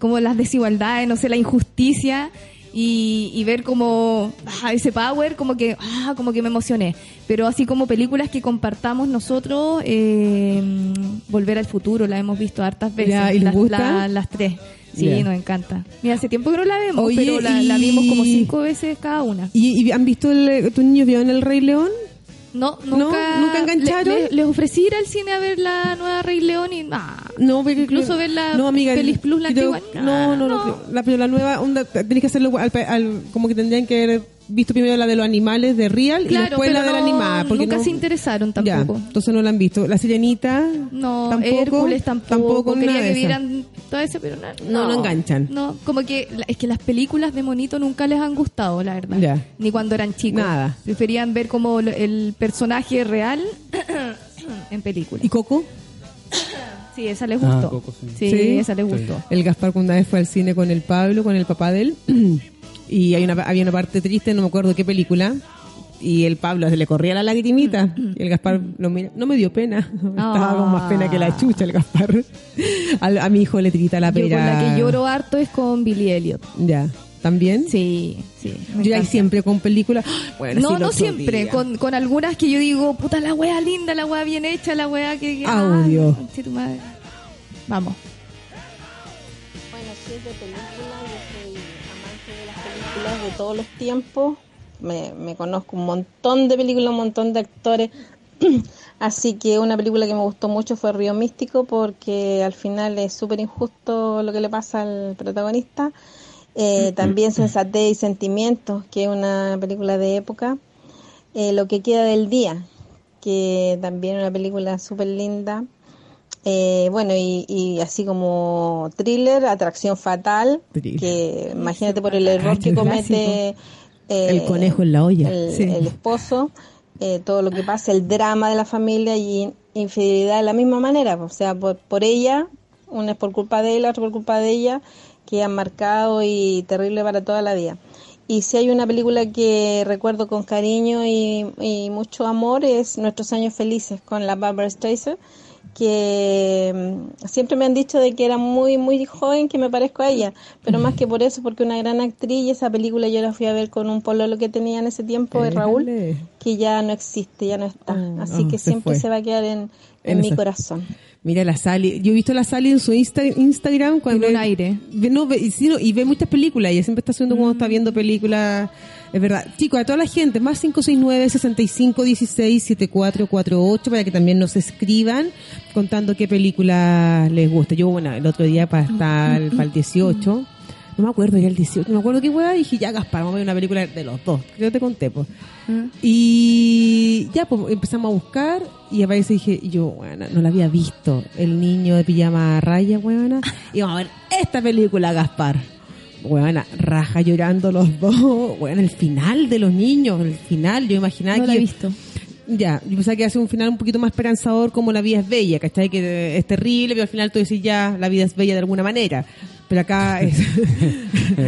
Speaker 1: Como las desigualdades, no sé, la injusticia y, y ver como ah, ese power, como que, ah, como que me emocioné. Pero así como películas que compartamos nosotros, eh, Volver al Futuro, la hemos visto hartas veces.
Speaker 2: Ya, ¿y les
Speaker 1: las,
Speaker 2: gusta?
Speaker 1: la- las tres. Sí,
Speaker 3: Ya.
Speaker 1: nos encanta. Mira, hace tiempo que no la vemos,
Speaker 2: Oye,
Speaker 1: pero la, la
Speaker 2: y-
Speaker 1: vimos como cinco veces cada una.
Speaker 2: ¿Y, y han visto, el, eh, tus niños vieron El Rey León?
Speaker 1: No,
Speaker 2: No,
Speaker 1: nunca,
Speaker 2: nunca engancharon.
Speaker 1: le- le- les ofrecí ir al cine a ver la nueva Rey León y ah, nah.
Speaker 2: No, pero
Speaker 1: Incluso ver la Pelis Plus, la
Speaker 2: creo-
Speaker 1: antigua,
Speaker 2: No, no, no.
Speaker 1: no.
Speaker 2: creo- La, pero la nueva, onda, tenés que hacerlo al, al- como que tendrían que haber visto primero la de los animales de Real y
Speaker 1: Claro,
Speaker 2: después
Speaker 1: pero
Speaker 2: la de la
Speaker 1: no-
Speaker 2: animada. Porque
Speaker 1: nunca
Speaker 2: no-
Speaker 1: se interesaron
Speaker 2: Ya,
Speaker 1: tampoco.
Speaker 2: entonces no la han visto. La Sirenita.
Speaker 1: No,
Speaker 2: tampoco,
Speaker 1: Hércules tampoco.
Speaker 2: nada
Speaker 1: Quería
Speaker 2: de
Speaker 1: que
Speaker 2: esas.
Speaker 1: vieran todo eso, pero na-
Speaker 2: No, no enganchan.
Speaker 1: No, como que la- es que las películas de monito nunca les han gustado, la verdad.
Speaker 2: Ya.
Speaker 1: Ni cuando eran chicos.
Speaker 2: Nada.
Speaker 1: Preferían ver como lo- el personaje real <coughs> en película.
Speaker 2: ¿Y Coco?
Speaker 1: Sí, esa les
Speaker 3: Ah,
Speaker 1: gustó.
Speaker 3: Coco, sí.
Speaker 1: sí,
Speaker 2: Sí.
Speaker 1: esa les gustó.
Speaker 2: El Gaspar cuando una vez fue al cine con el Pablo, con el papá de él, <clears throat> y hay una, había una parte triste, no me acuerdo qué película, y el Pablo se le corría la lagrimita,
Speaker 1: Mm,
Speaker 2: y el Gaspar lo mira, no me dio pena, <laughs> estaba con más pena que la chucha el Gaspar. <laughs> Al- A, mi hijo le tirita la
Speaker 1: Ah. Yo
Speaker 2: pera.
Speaker 1: con la que lloro harto es con Billy Elliot.
Speaker 2: Ya, ¿también?
Speaker 1: Sí, sí. me
Speaker 2: Yo ahí
Speaker 1: encanta.
Speaker 2: siempre con películas. <gasps> Bueno, sí,
Speaker 1: no,
Speaker 2: el
Speaker 1: no
Speaker 2: otro
Speaker 1: siempre.
Speaker 2: día.
Speaker 1: Con, con algunas que yo digo, puta la wea linda, la wea bien hecha, la wea que. que-
Speaker 2: Ah,
Speaker 1: ay,
Speaker 2: Dios.
Speaker 1: conche tu madre. Vamos.
Speaker 4: Bueno, sí, de películas, yo soy amante de las películas de todos los tiempos. Me, me conozco un montón de películas, un montón de actores. <clears throat> Así que una película que me gustó mucho fue Río Místico porque al final es súper injusto lo que le pasa al protagonista.
Speaker 2: <clears throat>
Speaker 4: Eh, también Sensatez y Sentimientos, que es una película de época. Eh, lo que queda del día, que también es una película súper linda. Eh, bueno, y, y así como thriller, atracción fatal,
Speaker 2: Thriller.
Speaker 4: que imagínate por el error que
Speaker 2: Cacho,
Speaker 4: comete eh,
Speaker 2: El conejo en la olla.
Speaker 4: el,
Speaker 2: Sí.
Speaker 4: el esposo, eh, todo lo que pasa, el drama de la familia y infidelidad de la misma manera, o sea, por, por ella, una es por culpa de él, otra por culpa de ella, que han marcado y terrible para toda la vida. Y si hay una película que recuerdo con cariño y, y mucho amor es Nuestros años felices con la Barbara Streisand, que mm, siempre me han dicho de que era muy muy joven que me parezco a ella, pero más que por eso porque una gran actriz y esa película yo la fui a ver con un pololo que tenía en ese tiempo, de Pues, Raúl,
Speaker 2: Éjale.
Speaker 4: que ya no existe, ya no está,
Speaker 2: Ah,
Speaker 4: así
Speaker 2: ah,
Speaker 4: que
Speaker 2: se
Speaker 4: siempre
Speaker 2: fue.
Speaker 4: se va a quedar en, en
Speaker 2: En
Speaker 4: mi
Speaker 2: esa-
Speaker 4: corazón.
Speaker 2: Mira la Sally, yo he visto a la Sally en su Insta- Instagram cuando
Speaker 1: Tiene un aire. Mm.
Speaker 2: Ve- no, ve- y, sí, no, y ve muchas películas, ella siempre está haciendo como está viendo películas. Es verdad. Chicos, a toda la gente, más 569 65 16 7448 para que también nos escriban contando qué película les gusta. Yo, bueno, el otro día
Speaker 1: Mm,
Speaker 2: para estar para el 18, no me acuerdo, era el 18, no me acuerdo qué hueá, dije, ya Gaspar, vamos a ver una película de los dos. Creo que te conté, pues. Y ya, pues empezamos a buscar y aparece y dije, y yo, bueno, no la había visto. El niño de pijama a
Speaker 1: <laughs>
Speaker 2: raya, weona. Y vamos a ver esta película, Gaspar. Weona, raja llorando los dos. Weona, el final de los niños, el final, yo imaginaba
Speaker 1: No
Speaker 2: que.
Speaker 1: la he
Speaker 2: yo-
Speaker 1: visto.
Speaker 2: Ya, yo pensaba que hace un final un poquito más esperanzador como la vida es bella, ¿cachai? Que es terrible, pero al final tú decís ya, la vida es bella de alguna manera. Pero
Speaker 1: <laughs>
Speaker 2: acá es...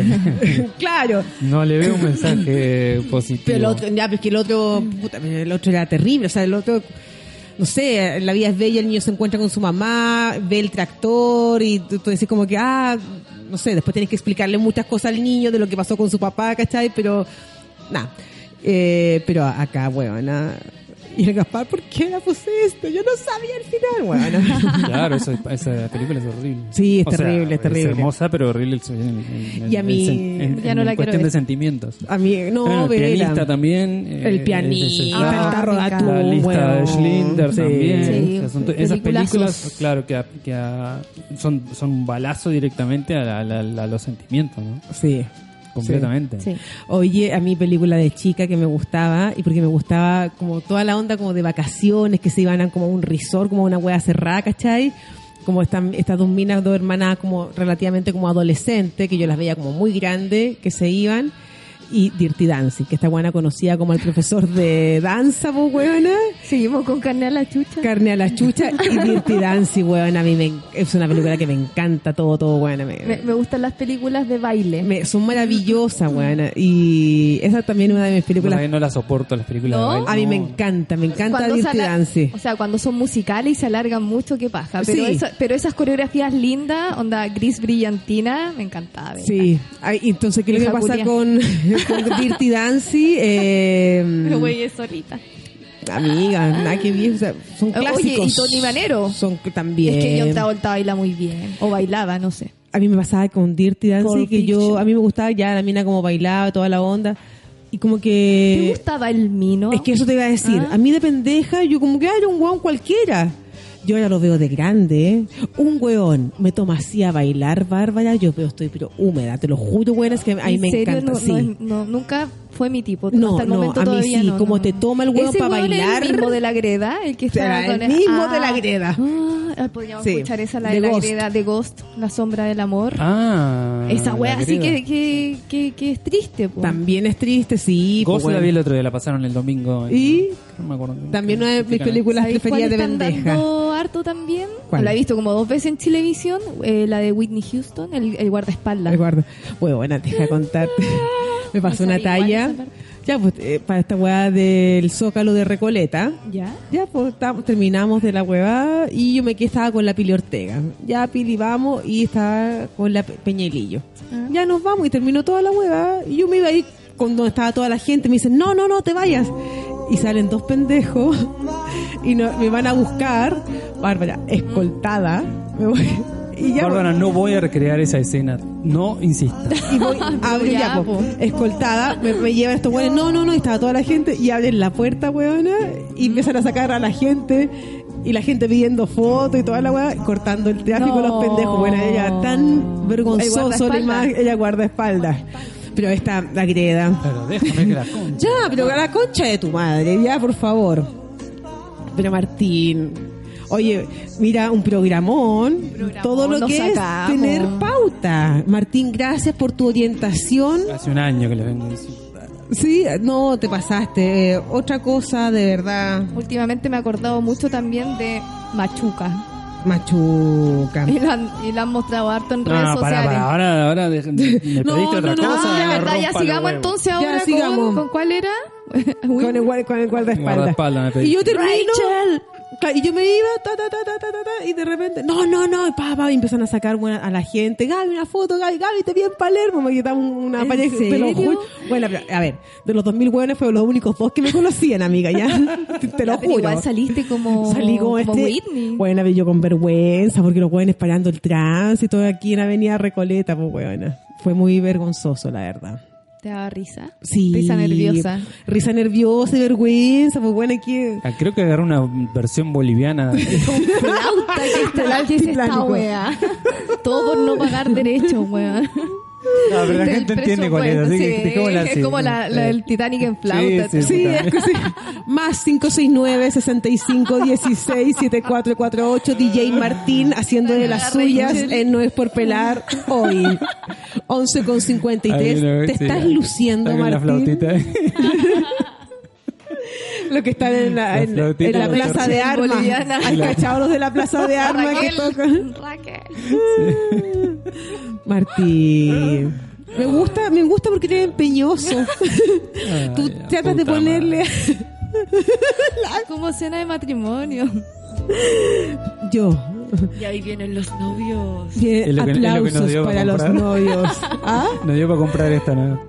Speaker 2: <laughs> claro,
Speaker 3: No le veo un mensaje positivo.
Speaker 2: pero el otro, ya, pero es que el otro, puta, el otro era terrible, o sea, el otro, no sé, la vida es bella, el niño se encuentra con su mamá, ve el tractor y tú, tú decís como que, ah, no sé, después tienes que explicarle muchas cosas al niño de lo que pasó con su papá, ¿cachai? Pero, nada, eh, pero acá, bueno, nada. Y el Gaspar, ¿por qué la puse esto? Yo no sabía el final.
Speaker 3: <laughs>
Speaker 8: <laughs>
Speaker 2: Bueno.
Speaker 8: Claro, esa, esa película es horrible.
Speaker 2: Sí, es terrible, es terrible.
Speaker 8: Es hermosa, pero horrible el sueño. en- en-
Speaker 2: Y a mí-
Speaker 8: en- en-
Speaker 1: Ya no
Speaker 8: en
Speaker 1: la quiero
Speaker 8: cuestión
Speaker 1: ver.
Speaker 8: de sentimientos.
Speaker 2: A mí, Ah, no, Ah,
Speaker 8: Bueno, el
Speaker 2: vela.
Speaker 8: pianista también. eh,
Speaker 2: El
Speaker 8: es
Speaker 2: pianista,
Speaker 8: necesario.
Speaker 2: el tarro de atún,
Speaker 8: La lista de
Speaker 2: weón.
Speaker 8: Schlinder
Speaker 2: Sí.
Speaker 8: también.
Speaker 1: Sí,
Speaker 8: O sea, son to-
Speaker 1: peliculazos.
Speaker 8: esas películas, claro, que, a- que a- son, son un balazo directamente a, la- a la- a los sentimientos, ¿no?
Speaker 2: Sí.
Speaker 8: Completamente.
Speaker 1: Sí.
Speaker 2: Oye, a mi película de chica que me gustaba, y porque me gustaba como toda la onda como de vacaciones, que se iban a como un resort, como una hueá cerrada, ¿cachai? Como están estas dos minas, dos hermanas como relativamente como adolescentes, que yo las veía como muy grandes, que se iban. Y Dirty Dancing, que esta buena conocida como el profesor de danza, pues, hueona.
Speaker 1: Seguimos con carne a la chucha.
Speaker 2: Carne a la chucha y Dirty Dancing, weón. A mí me, en- es una película que me encanta todo, todo, weón. Me,
Speaker 1: me, me gustan las películas de baile.
Speaker 2: me- son maravillosas, weón. Y esa también es una de mis
Speaker 8: Yo por
Speaker 2: películas.
Speaker 8: ahí no la soporto las películas
Speaker 1: ¿No?
Speaker 8: de baile.
Speaker 2: A mí me
Speaker 8: No, no.
Speaker 2: encanta, me encanta
Speaker 1: Cuando se
Speaker 2: Dirty
Speaker 1: alar-
Speaker 2: Dancing.
Speaker 1: O sea, cuando son musicales y se alargan mucho, qué paja. Pero,
Speaker 2: Sí.
Speaker 1: esa- pero esas coreografías lindas, onda gris brillantina, me encantaba. me
Speaker 2: Sí, Ay, entonces, ¿qué es lo que
Speaker 1: Vieja culia.
Speaker 2: pasa con, con <laughs> Dirty Dancing?
Speaker 1: encanta. Pero
Speaker 2: Eh,
Speaker 1: güey, es solita.
Speaker 2: amiga, nada que bien, o sea, son
Speaker 1: Oye,
Speaker 2: clásicos.
Speaker 1: ¿y Tony Manero?
Speaker 2: Son que también.
Speaker 1: Es que John Travolta baila muy bien. O bailaba, no sé.
Speaker 2: a mí me pasaba con Dirty Dancing
Speaker 1: Pulp
Speaker 2: que yo,
Speaker 1: Fiction.
Speaker 2: a mí me gustaba ya la mina como bailaba, toda la onda. Y como
Speaker 1: ¿Te
Speaker 2: que...
Speaker 1: gustaba el mino?
Speaker 2: Eh, Es que eso te iba a decir.
Speaker 1: Ah.
Speaker 2: A mí de pendeja, yo como que ah, era un weón cualquiera. Yo ahora lo veo de grande, ¿eh? Un weón me toma así a bailar, Bárbara. Yo veo, estoy pero húmeda, te lo juro, weón, es que a mí
Speaker 1: ¿En
Speaker 2: me
Speaker 1: serio?
Speaker 2: encanta,
Speaker 1: no,
Speaker 2: sí.
Speaker 1: no es- no, nunca fue mi tipo.
Speaker 2: No,
Speaker 1: Hasta el
Speaker 2: no,
Speaker 1: momento
Speaker 2: a mí
Speaker 1: todavía
Speaker 2: sí,
Speaker 1: no,
Speaker 2: como
Speaker 1: no.
Speaker 2: te toma el weón
Speaker 1: ¿Ese
Speaker 2: pa'
Speaker 1: weón era
Speaker 2: bailar?
Speaker 1: el mismo de la greda, el que
Speaker 2: Será
Speaker 1: estaba
Speaker 2: el
Speaker 1: con
Speaker 2: mismo de la greda.
Speaker 1: Ah, podríamos
Speaker 2: Sí.
Speaker 1: escuchar esa, la
Speaker 2: De
Speaker 1: de, la
Speaker 2: Ghost.
Speaker 1: greda de Ghost, La sombra del amor.
Speaker 8: Ah.
Speaker 1: Esa wea
Speaker 8: la
Speaker 1: así
Speaker 8: querida.
Speaker 1: que, que, que, que es triste, po.
Speaker 2: También es triste, sí. po,
Speaker 8: Ghost la
Speaker 2: weón.
Speaker 8: vi el otro día, la pasaron el domingo. en-
Speaker 2: Y
Speaker 8: No me acuerdo.
Speaker 2: también una de mis películas
Speaker 1: ¿Sabéis cuál
Speaker 2: preferidas de
Speaker 1: están
Speaker 2: pendeja.
Speaker 1: dando harto también?
Speaker 2: ¿Cuál?
Speaker 1: La he visto como dos veces en Televisión, eh, la de Whitney Houston, el, el guardaespaldas.
Speaker 2: <laughs> Ay, guarda. Bueno, buena,
Speaker 1: <laughs>
Speaker 2: deja contarte. <laughs> me pasó
Speaker 1: Me
Speaker 2: una
Speaker 1: sale igual
Speaker 2: talla.
Speaker 1: esa parte.
Speaker 2: Ya, pues, eh, para esta weá del Zócalo de Recoleta.
Speaker 1: ¿Ya?
Speaker 2: Ya, pues estábamos- terminamos de la huevada y yo me quedé estaba con la Pili Ortega. Ya, Pili, vamos y estaba con la Pe- Peñalillo. Ya nos vamos y terminó toda la huevada y yo me iba a ir con donde estaba toda la gente. Me dicen, no, no, no, te vayas. Y salen dos pendejos <laughs> y no- me van a buscar. Bárbara, escoltada. Me voy. Y ya,
Speaker 8: Bárbara, no voy a recrear esa escena. No insista.
Speaker 1: <laughs>
Speaker 2: y voy, abro
Speaker 1: Ah, Ya,
Speaker 2: ya, po.
Speaker 1: po.
Speaker 2: escoltada, me, me llevan estos weones, no, no, no, y estaba toda la gente, y abren la puerta, weona,
Speaker 1: Mm.
Speaker 2: y empiezan a sacar a la gente, y la gente pidiendo fotos y toda la weá, cortando el tráfico,
Speaker 1: No.
Speaker 2: los pendejos, bueno, ella tan vergonzoso, la
Speaker 1: guardaespaldas.
Speaker 2: imagen, ella guarda espaldas, pero esta, la greda.
Speaker 8: Pero déjame que la concha.
Speaker 2: Ya, pero la concha de tu madre, ya, por favor. Pero Martín, oye, mira, un programón, todo lo
Speaker 1: nos
Speaker 2: que
Speaker 1: sacamos.
Speaker 2: es tener pauta. Martín, gracias por tu orientación.
Speaker 8: Hace un año que les vengo diciendo.
Speaker 2: Sí, no, te pasaste. Eh, Otra cosa, de verdad,
Speaker 1: Últimamente me he acordado mucho también de Machuca.
Speaker 2: machuca.
Speaker 1: Y la, han- y la han mostrado harto en redes
Speaker 8: No, para,
Speaker 1: sociales.
Speaker 8: para, ahora, ahora de- de- me pediste
Speaker 2: No, no,
Speaker 8: otra
Speaker 2: no,
Speaker 8: cosa.
Speaker 1: Ah,
Speaker 2: no,
Speaker 1: ya,
Speaker 8: me
Speaker 1: verdad, ya
Speaker 8: rompa los
Speaker 1: sigamos
Speaker 8: huevos.
Speaker 1: entonces ahora con-
Speaker 2: sigamos.
Speaker 1: Con, cuál era? <laughs>
Speaker 2: Con el, guar- con el guardaespaldas.
Speaker 8: Guardaespaldas, me pedí.
Speaker 2: y yo termino. Claro, Y yo me iba, ta, ta, ta, ta, ta, ta, ta, y de repente, no, no, no, y pa, pa, y empiezan a sacar buena- a la gente, Gaby, una foto, Gaby, Gaby, te vi en Palermo, me quitaba un- una
Speaker 1: ¿En
Speaker 2: pareja de
Speaker 1: serio?
Speaker 2: los ju- Bueno, pero, a ver, de los 2000 hueones fueron los únicos dos que me conocían, amiga, ya,
Speaker 1: <laughs>
Speaker 2: te, te lo
Speaker 1: Ya, pero
Speaker 2: juro.
Speaker 1: Igual saliste como,
Speaker 2: <laughs> Salí como, este.
Speaker 1: Whitney.
Speaker 2: Bueno, yo con vergüenza, porque los hueones parando el tránsito aquí en Avenida Recoleta, pues hueona. Fue muy vergonzoso, la verdad.
Speaker 1: Te daba risa.
Speaker 2: Sí.
Speaker 1: Risa nerviosa.
Speaker 2: Risa nerviosa y vergüenza, pues bueno, aquí.
Speaker 8: Ah, Creo que agarró una versión
Speaker 1: <laughs>
Speaker 8: boliviana.
Speaker 1: Flauta, ¿qué, está, ¿qué es esta
Speaker 2: altiplánico.
Speaker 1: wea?
Speaker 2: <laughs>
Speaker 1: Todo por no pagar derechos, wea.
Speaker 8: No, pero la
Speaker 1: Del
Speaker 8: gente entiende cuál es, así que
Speaker 1: presupuesto,
Speaker 8: dejémosla
Speaker 1: sí.
Speaker 8: así.
Speaker 1: Es como la, la del Titanic en flauta.
Speaker 8: Sí, sí,
Speaker 2: Sí, es que <laughs> sí. Más 569 65 16 7448 DJ Martín haciendo de las
Speaker 1: Agarra,
Speaker 2: suyas
Speaker 1: Angel.
Speaker 2: en No es por pelar hoy. 11 con 53.
Speaker 8: Ahí lo-
Speaker 2: Te
Speaker 8: sí,
Speaker 2: estás
Speaker 8: ahí.
Speaker 2: luciendo,
Speaker 8: Ahí con La
Speaker 2: Martín.
Speaker 8: flautita.
Speaker 2: <laughs> Lo que están en la,
Speaker 8: La
Speaker 2: en-
Speaker 8: flautita
Speaker 2: en la
Speaker 8: de
Speaker 2: plaza de
Speaker 1: Torres.
Speaker 2: armas.
Speaker 1: Boliviana.
Speaker 2: Hay cachados de la plaza de armas que
Speaker 1: Raquel,
Speaker 2: tocan.
Speaker 1: Raquel.
Speaker 2: Martín. Me gusta, me gusta porque eres empeñoso. Tú
Speaker 8: la
Speaker 2: tratas de
Speaker 8: puta
Speaker 2: ponerle.
Speaker 1: <laughs> Como cena de matrimonio.
Speaker 2: <laughs> Yo.
Speaker 1: Y ahí vienen los novios.
Speaker 2: Bien,
Speaker 8: Es lo que- es lo que nos
Speaker 2: aplausos
Speaker 8: dio para <laughs>
Speaker 2: para los
Speaker 8: comprar.
Speaker 1: <laughs>
Speaker 2: novios. ¿Ah?
Speaker 8: No dio para comprar esta, ¿no?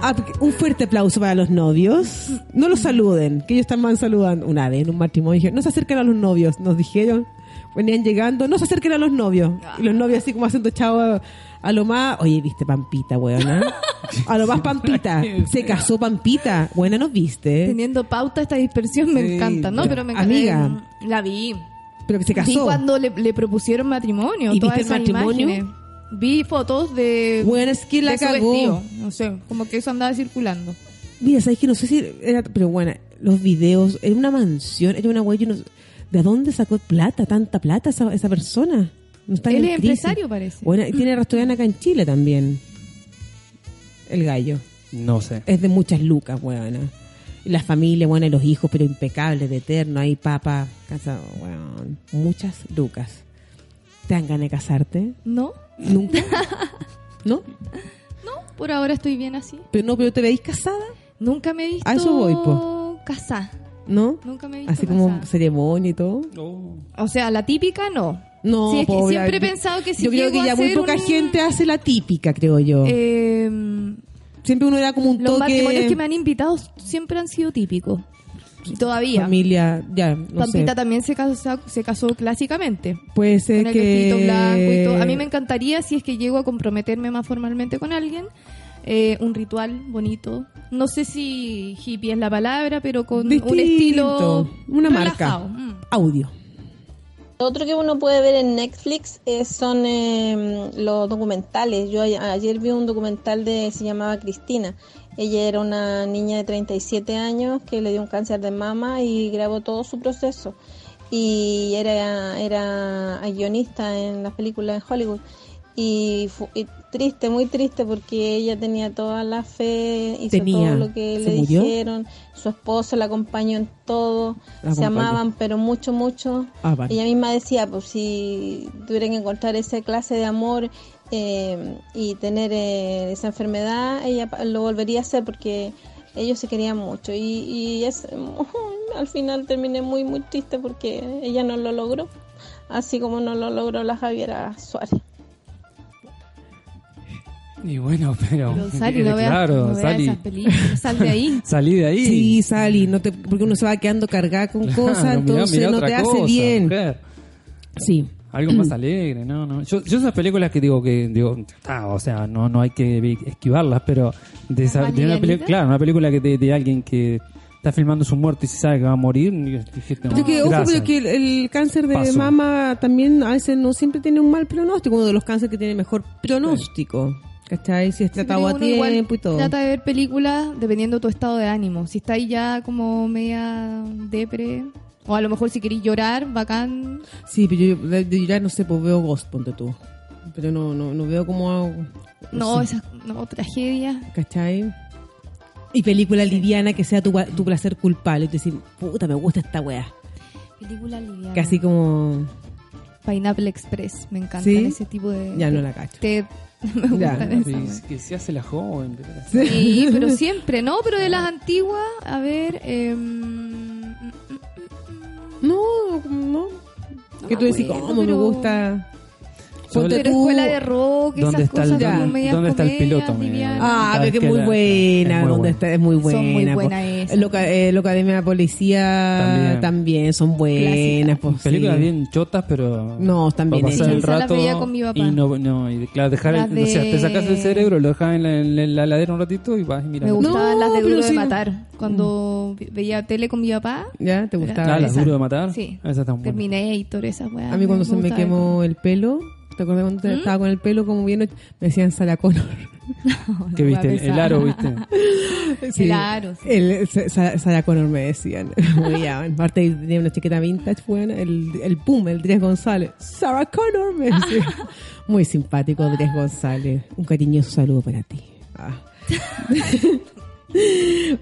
Speaker 2: Ah, porque- un fuerte aplauso para los novios. No los saluden, que ellos están mal saludando. Una vez en un matrimonio dijeron, no se acerquen a los novios, nos dijeron. Venían llegando, no se acerquen a los novios. Y los novios así como haciendo chavo a, a lo más... Oye, viste Pampita, weona. A lo más Pampita. Se casó Pampita. Buena, nos viste.
Speaker 1: Teniendo pauta esta dispersión me
Speaker 2: Sí,
Speaker 1: encanta, ¿no?
Speaker 2: ya.
Speaker 1: Pero me
Speaker 2: Amiga.
Speaker 1: eh, la vi.
Speaker 2: Pero que se
Speaker 1: Vi
Speaker 2: casó.
Speaker 1: cuando le, le propusieron matrimonio.
Speaker 2: ¿Y
Speaker 1: todas
Speaker 2: viste el
Speaker 1: esas
Speaker 2: matrimonio?
Speaker 1: imágenes. Vi fotos de,
Speaker 2: Buena, es que la
Speaker 1: de su
Speaker 2: cagó.
Speaker 1: vestido. No sé, como que eso andaba circulando.
Speaker 2: Mira, sabes que no sé si era, pero bueno, los videos, era una mansión, era una wea, yo no sé- ¿de dónde sacó plata, tanta plata esa, esa persona? No está
Speaker 1: Él
Speaker 2: en
Speaker 1: es
Speaker 2: crisis.
Speaker 1: empresario, pues. parece.
Speaker 2: Bueno, y tiene restaurante acá en Chile también. El gallo.
Speaker 3: No sé.
Speaker 2: Es de muchas lucas, weón. Y la familia, bueno, y los hijos, pero impecables, de eterno, ahí papa, casado, weón. Muchas lucas. ¿Te dan ganas de casarte?
Speaker 1: ¿No? <laughs>
Speaker 2: ¿Nunca? ¿No?
Speaker 1: No, por ahora estoy bien así.
Speaker 2: Pero no, pero te veis casada,
Speaker 1: Nunca me he visto
Speaker 2: A eso voy,
Speaker 1: casada.
Speaker 2: ¿no?
Speaker 1: Nunca me he visto
Speaker 2: Así como
Speaker 1: casada.
Speaker 2: ceremonia y todo.
Speaker 8: Oh,
Speaker 1: O sea, la típica no.
Speaker 2: No,
Speaker 1: Sí, es que
Speaker 2: pobre,
Speaker 1: siempre he
Speaker 2: yo-
Speaker 1: pensado que si
Speaker 2: Yo creo
Speaker 1: llego
Speaker 2: que
Speaker 1: a
Speaker 2: ya muy
Speaker 1: ser
Speaker 2: poca
Speaker 1: un-
Speaker 2: gente hace la típica, creo yo.
Speaker 1: Eh,
Speaker 2: Siempre uno era como un
Speaker 1: los matrimonios
Speaker 2: Oh. toque
Speaker 1: que me han invitado siempre han sido típicos. Todavía.
Speaker 2: familia, ya, no
Speaker 1: Pampita
Speaker 2: sé.
Speaker 1: también se casó, se casó clásicamente.
Speaker 2: Puede ser
Speaker 1: con el
Speaker 2: que
Speaker 1: vestidito blanco y todo. A mí me encantaría, si es que llego a comprometerme más formalmente con alguien, eh, un ritual bonito. No sé si hippie es la palabra, pero con un
Speaker 2: Distinto.
Speaker 1: estilo
Speaker 2: una
Speaker 1: relajado.
Speaker 2: marca.
Speaker 1: Mm.
Speaker 2: Audio.
Speaker 4: Lo otro que uno puede ver en Netflix es- son eh, los documentales. Yo a- ayer vi un documental de se llamaba Cristina. Ella era una niña de 37 años que le dio un cáncer de mama y grabó todo su proceso. Y era, era guionista en las películas de Hollywood. Y, fu- y triste, muy triste porque ella tenía toda la fe, hizo
Speaker 2: Tenía.
Speaker 4: todo lo que
Speaker 2: ¿Se
Speaker 4: le
Speaker 2: murió?
Speaker 4: dijeron, su esposo la acompañó en todo,
Speaker 2: La
Speaker 4: se
Speaker 2: acompañó.
Speaker 4: amaban pero mucho, mucho.
Speaker 2: Ah, vale.
Speaker 4: Ella misma decía, pues si tuvieran que encontrar esa clase de amor eh, y tener eh, esa enfermedad, ella pa- lo volvería a hacer porque ellos se querían mucho. Y, y es, <laughs> al final terminé muy, muy triste porque ella no lo logró, así como no lo logró la Javiera Suárez.
Speaker 8: Y bueno, pero.
Speaker 1: Pero Sali, no veas,
Speaker 8: Eh, claro,
Speaker 1: no veas
Speaker 8: salí.
Speaker 1: esas películas, sal
Speaker 8: <laughs>
Speaker 1: de ahí.
Speaker 8: Salí de ahí.
Speaker 2: Sí, Sally, no te, porque uno se va quedando cargada con
Speaker 8: Claro,
Speaker 2: cosas,
Speaker 8: mirá, mirá
Speaker 2: entonces no
Speaker 8: otra
Speaker 2: te hace
Speaker 8: cosa,
Speaker 2: bien.
Speaker 8: mujer.
Speaker 2: Sí.
Speaker 8: Algo más alegre, no, no. Yo, yo esas películas que digo que digo, ah, o sea, no, no hay que vi- esquivarlas, pero de, esa-
Speaker 1: más
Speaker 8: de una película,
Speaker 1: livianitas?
Speaker 8: claro, una película que de, de alguien que está filmando su muerte y se sabe que va a morir, y yo dije, no,
Speaker 2: Pero que, ojo,
Speaker 8: gracias.
Speaker 2: pero que el, el cáncer de
Speaker 8: Paso.
Speaker 2: mama también a veces no siempre tiene un mal pronóstico, uno de los cánceres que tiene mejor pronóstico. ¿Cachai? Si es tratado a
Speaker 1: Pero uno igual
Speaker 2: tiempo y todo.
Speaker 1: Trata de ver películas dependiendo de tu estado de ánimo. Si estáis ya como media depre, o a lo mejor si queréis llorar, bacán.
Speaker 2: Sí, pero yo de, de llorar no sé, pues veo Ghost, ponte tú. Pero no, no, no veo como... hago-
Speaker 1: No,
Speaker 2: sé,
Speaker 1: esas no, tragedias.
Speaker 2: ¿Cachai? Y película liviana que sea tu, gua- tu placer culpable. Y tú decir, puta, me gusta esta weá.
Speaker 1: Película liviana.
Speaker 2: Casi como...
Speaker 1: Pineapple Express, me encanta
Speaker 2: ¿Sí?
Speaker 1: ese tipo de.
Speaker 2: Ya no la cacho.
Speaker 1: Te- me
Speaker 2: Ya.
Speaker 1: gustan esas,
Speaker 8: Sí,
Speaker 1: weas.
Speaker 8: que se hace la joven. pero-
Speaker 1: <laughs> Sí, pero siempre, ¿no? Pero de las antiguas, a ver. em,
Speaker 2: No, no. que
Speaker 1: me
Speaker 2: tú decís,
Speaker 1: acuerdo,
Speaker 2: ¿cómo
Speaker 1: Ah,
Speaker 2: me
Speaker 1: pero-
Speaker 2: gusta? Ponte
Speaker 1: pero
Speaker 2: tú-
Speaker 1: escuela de rock, esas
Speaker 8: ¿Dónde está el-
Speaker 1: cosas
Speaker 2: ya.
Speaker 1: como medias
Speaker 8: ¿Dónde está el
Speaker 1: comedias,
Speaker 8: piloto, me-
Speaker 1: livianas.
Speaker 2: Ah,
Speaker 8: Sabes
Speaker 2: pero que
Speaker 8: que
Speaker 2: es muy
Speaker 8: la-
Speaker 2: buena,
Speaker 8: es muy
Speaker 2: donde
Speaker 8: buena.
Speaker 2: está, es muy buena.
Speaker 1: Son muy
Speaker 2: po.
Speaker 1: buena esa.
Speaker 2: Loca- eh, la Academia de Policía
Speaker 8: También.
Speaker 2: también, son buenas. po,
Speaker 8: Películas
Speaker 2: sí.
Speaker 8: bien chotas, pero.
Speaker 2: No, están
Speaker 8: para
Speaker 2: bien
Speaker 8: pasar
Speaker 2: hechas.
Speaker 8: el
Speaker 1: Esa la
Speaker 8: rato.
Speaker 1: veía con mi papá.
Speaker 8: Y no, no, y claro, dejar.
Speaker 1: Las
Speaker 8: el- O sea, te
Speaker 1: de-
Speaker 8: sacas el cerebro, lo dejas en la, en la heladera un ratito y vas y miras.
Speaker 1: Me gustaban
Speaker 2: No,
Speaker 1: las de
Speaker 2: pero
Speaker 1: Duro de
Speaker 2: sí.
Speaker 1: Matar. Cuando ve- veía tele con mi papá.
Speaker 2: ¿Ya? ¿Te
Speaker 8: Ah,
Speaker 2: gustaba?
Speaker 8: las
Speaker 1: esa.
Speaker 8: duro de matar.
Speaker 1: Sí.
Speaker 8: Esas están buenas.
Speaker 1: Terminator, esas weas.
Speaker 2: A mí cuando se me
Speaker 1: gustaba.
Speaker 2: quemó el pelo, ¿te acuerdas cuando te- estaba con el pelo como bien? och- Me decían Sarah Connor.
Speaker 8: ¿Qué
Speaker 1: Una
Speaker 8: viste? El
Speaker 1: pesada.
Speaker 8: aro, viste.
Speaker 1: <laughs>
Speaker 2: Sí.
Speaker 1: Claro, sí.
Speaker 2: El- Sa- Sa- Sarah Connor me <laughs> decían. Me odiaban. Aparte tenía una chiqueta vintage buena, el, el Pum, el Dries González. Sarah Connor me decía. <laughs> Muy simpático Dries González. Un cariñoso saludo para ti. Ah. <laughs>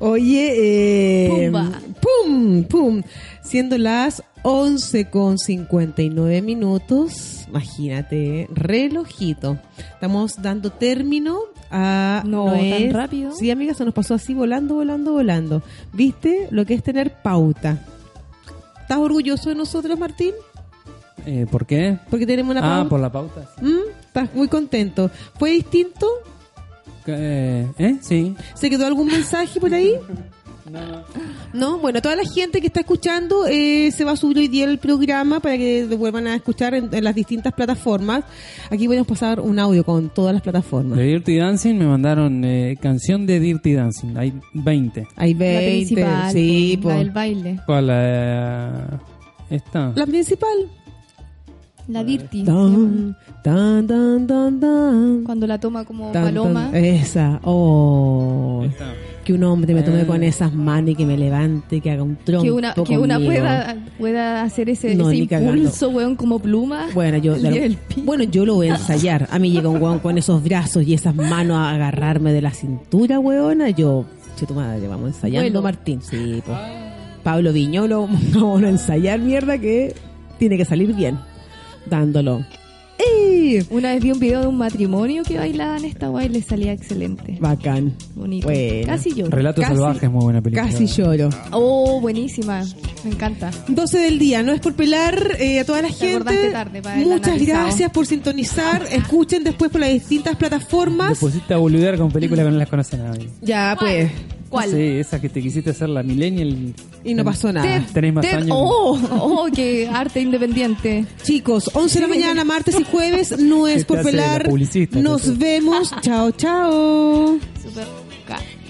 Speaker 2: Oye, eh,
Speaker 1: Pumba.
Speaker 2: pum, pum. Siendo las 11 con 59 minutos, imagínate, eh, relojito. Estamos dando término a...
Speaker 1: No, tan
Speaker 2: Ah, es-
Speaker 1: rápido.
Speaker 2: Sí, amiga, se nos pasó así volando, volando, volando. ¿Viste lo que es tener pauta? ¿Estás orgulloso de nosotros, Martín?
Speaker 8: Eh, ¿Por qué?
Speaker 2: Porque tenemos una
Speaker 8: Ah,
Speaker 2: pauta.
Speaker 8: por la pauta. sí.
Speaker 2: Mm, Estás muy contento. ¿Fue distinto?
Speaker 3: Eh, ¿eh? Sí.
Speaker 2: ¿Se quedó algún mensaje por ahí? No, bueno, toda la gente que está escuchando eh, se va a subir hoy día el programa para que lo vuelvan a escuchar en, en las distintas plataformas. Aquí podemos pasar un audio con todas las plataformas.
Speaker 3: De Dirty Dancing me mandaron eh, canción de Dirty Dancing. Hay 20.
Speaker 2: Hay
Speaker 1: La
Speaker 2: 20,
Speaker 1: principal, pues,
Speaker 2: sí,
Speaker 1: po,
Speaker 2: po.
Speaker 1: la del baile.
Speaker 3: ¿Cuál? eh, esta.
Speaker 2: La principal.
Speaker 1: La Dirty.
Speaker 2: Tan, tan, tan, tan, tan.
Speaker 1: Cuando la toma como
Speaker 2: Tan, eh,
Speaker 1: paloma.
Speaker 2: tan. Esa, oh.
Speaker 3: Esta.
Speaker 2: Que un hombre me tome con esas manos y que me levante, que haga un tronco.
Speaker 1: que una, que una
Speaker 2: conmigo.
Speaker 1: pueda, pueda hacer ese,
Speaker 2: No,
Speaker 1: ese
Speaker 2: ni cagando.
Speaker 1: impulso, weón, como pluma. <laughs>
Speaker 2: Bueno, yo,
Speaker 1: El día del pico.
Speaker 2: bueno, yo lo voy a ensayar. A mí llega un weón con esos brazos y esas manos a agarrarme de la cintura, weona. Yo, che tu madre, vamos ensayando,
Speaker 1: Vuelo.
Speaker 2: Martín. Sí, po. Pablo Viñolo, <laughs> vamos a ensayar mierda que tiene que salir bien. Dándolo. ¡Eh!
Speaker 1: Una vez vi un video de un matrimonio que bailaban esta guay y le salía excelente.
Speaker 2: Bacán.
Speaker 1: Bonito.
Speaker 2: Bueno.
Speaker 1: Casi yo.
Speaker 3: Relatos
Speaker 2: Casi-
Speaker 3: salvajes, muy buena película.
Speaker 2: Casi lloro.
Speaker 1: Oh, buenísima. Me encanta.
Speaker 2: 12 del día, no es por pelar eh, a toda la gente.
Speaker 1: acordaste tarde para haberla
Speaker 2: Muchas
Speaker 1: analizado.
Speaker 2: gracias
Speaker 1: <laughs>
Speaker 2: por sintonizar. Escuchen después por las distintas plataformas.
Speaker 3: Te pusiste a boludear con películas que no las conoce nadie.
Speaker 2: Ya, pues.
Speaker 1: ¿Cuál?
Speaker 3: Sí, esa que te quisiste hacer la Millennial.
Speaker 2: Y no pasó nada.
Speaker 1: Ted,
Speaker 3: Ah, Tenés más
Speaker 1: Ted,
Speaker 3: años.
Speaker 1: oh, oh, qué arte independiente.
Speaker 2: Chicos, 11 de la mañana, martes y jueves, no es
Speaker 3: Se te
Speaker 2: por
Speaker 3: hace la
Speaker 2: pelar.
Speaker 1: <laughs>
Speaker 3: publicista,
Speaker 2: Nos
Speaker 3: entonces.
Speaker 2: vemos. Chao, chao.
Speaker 1: Super. ca-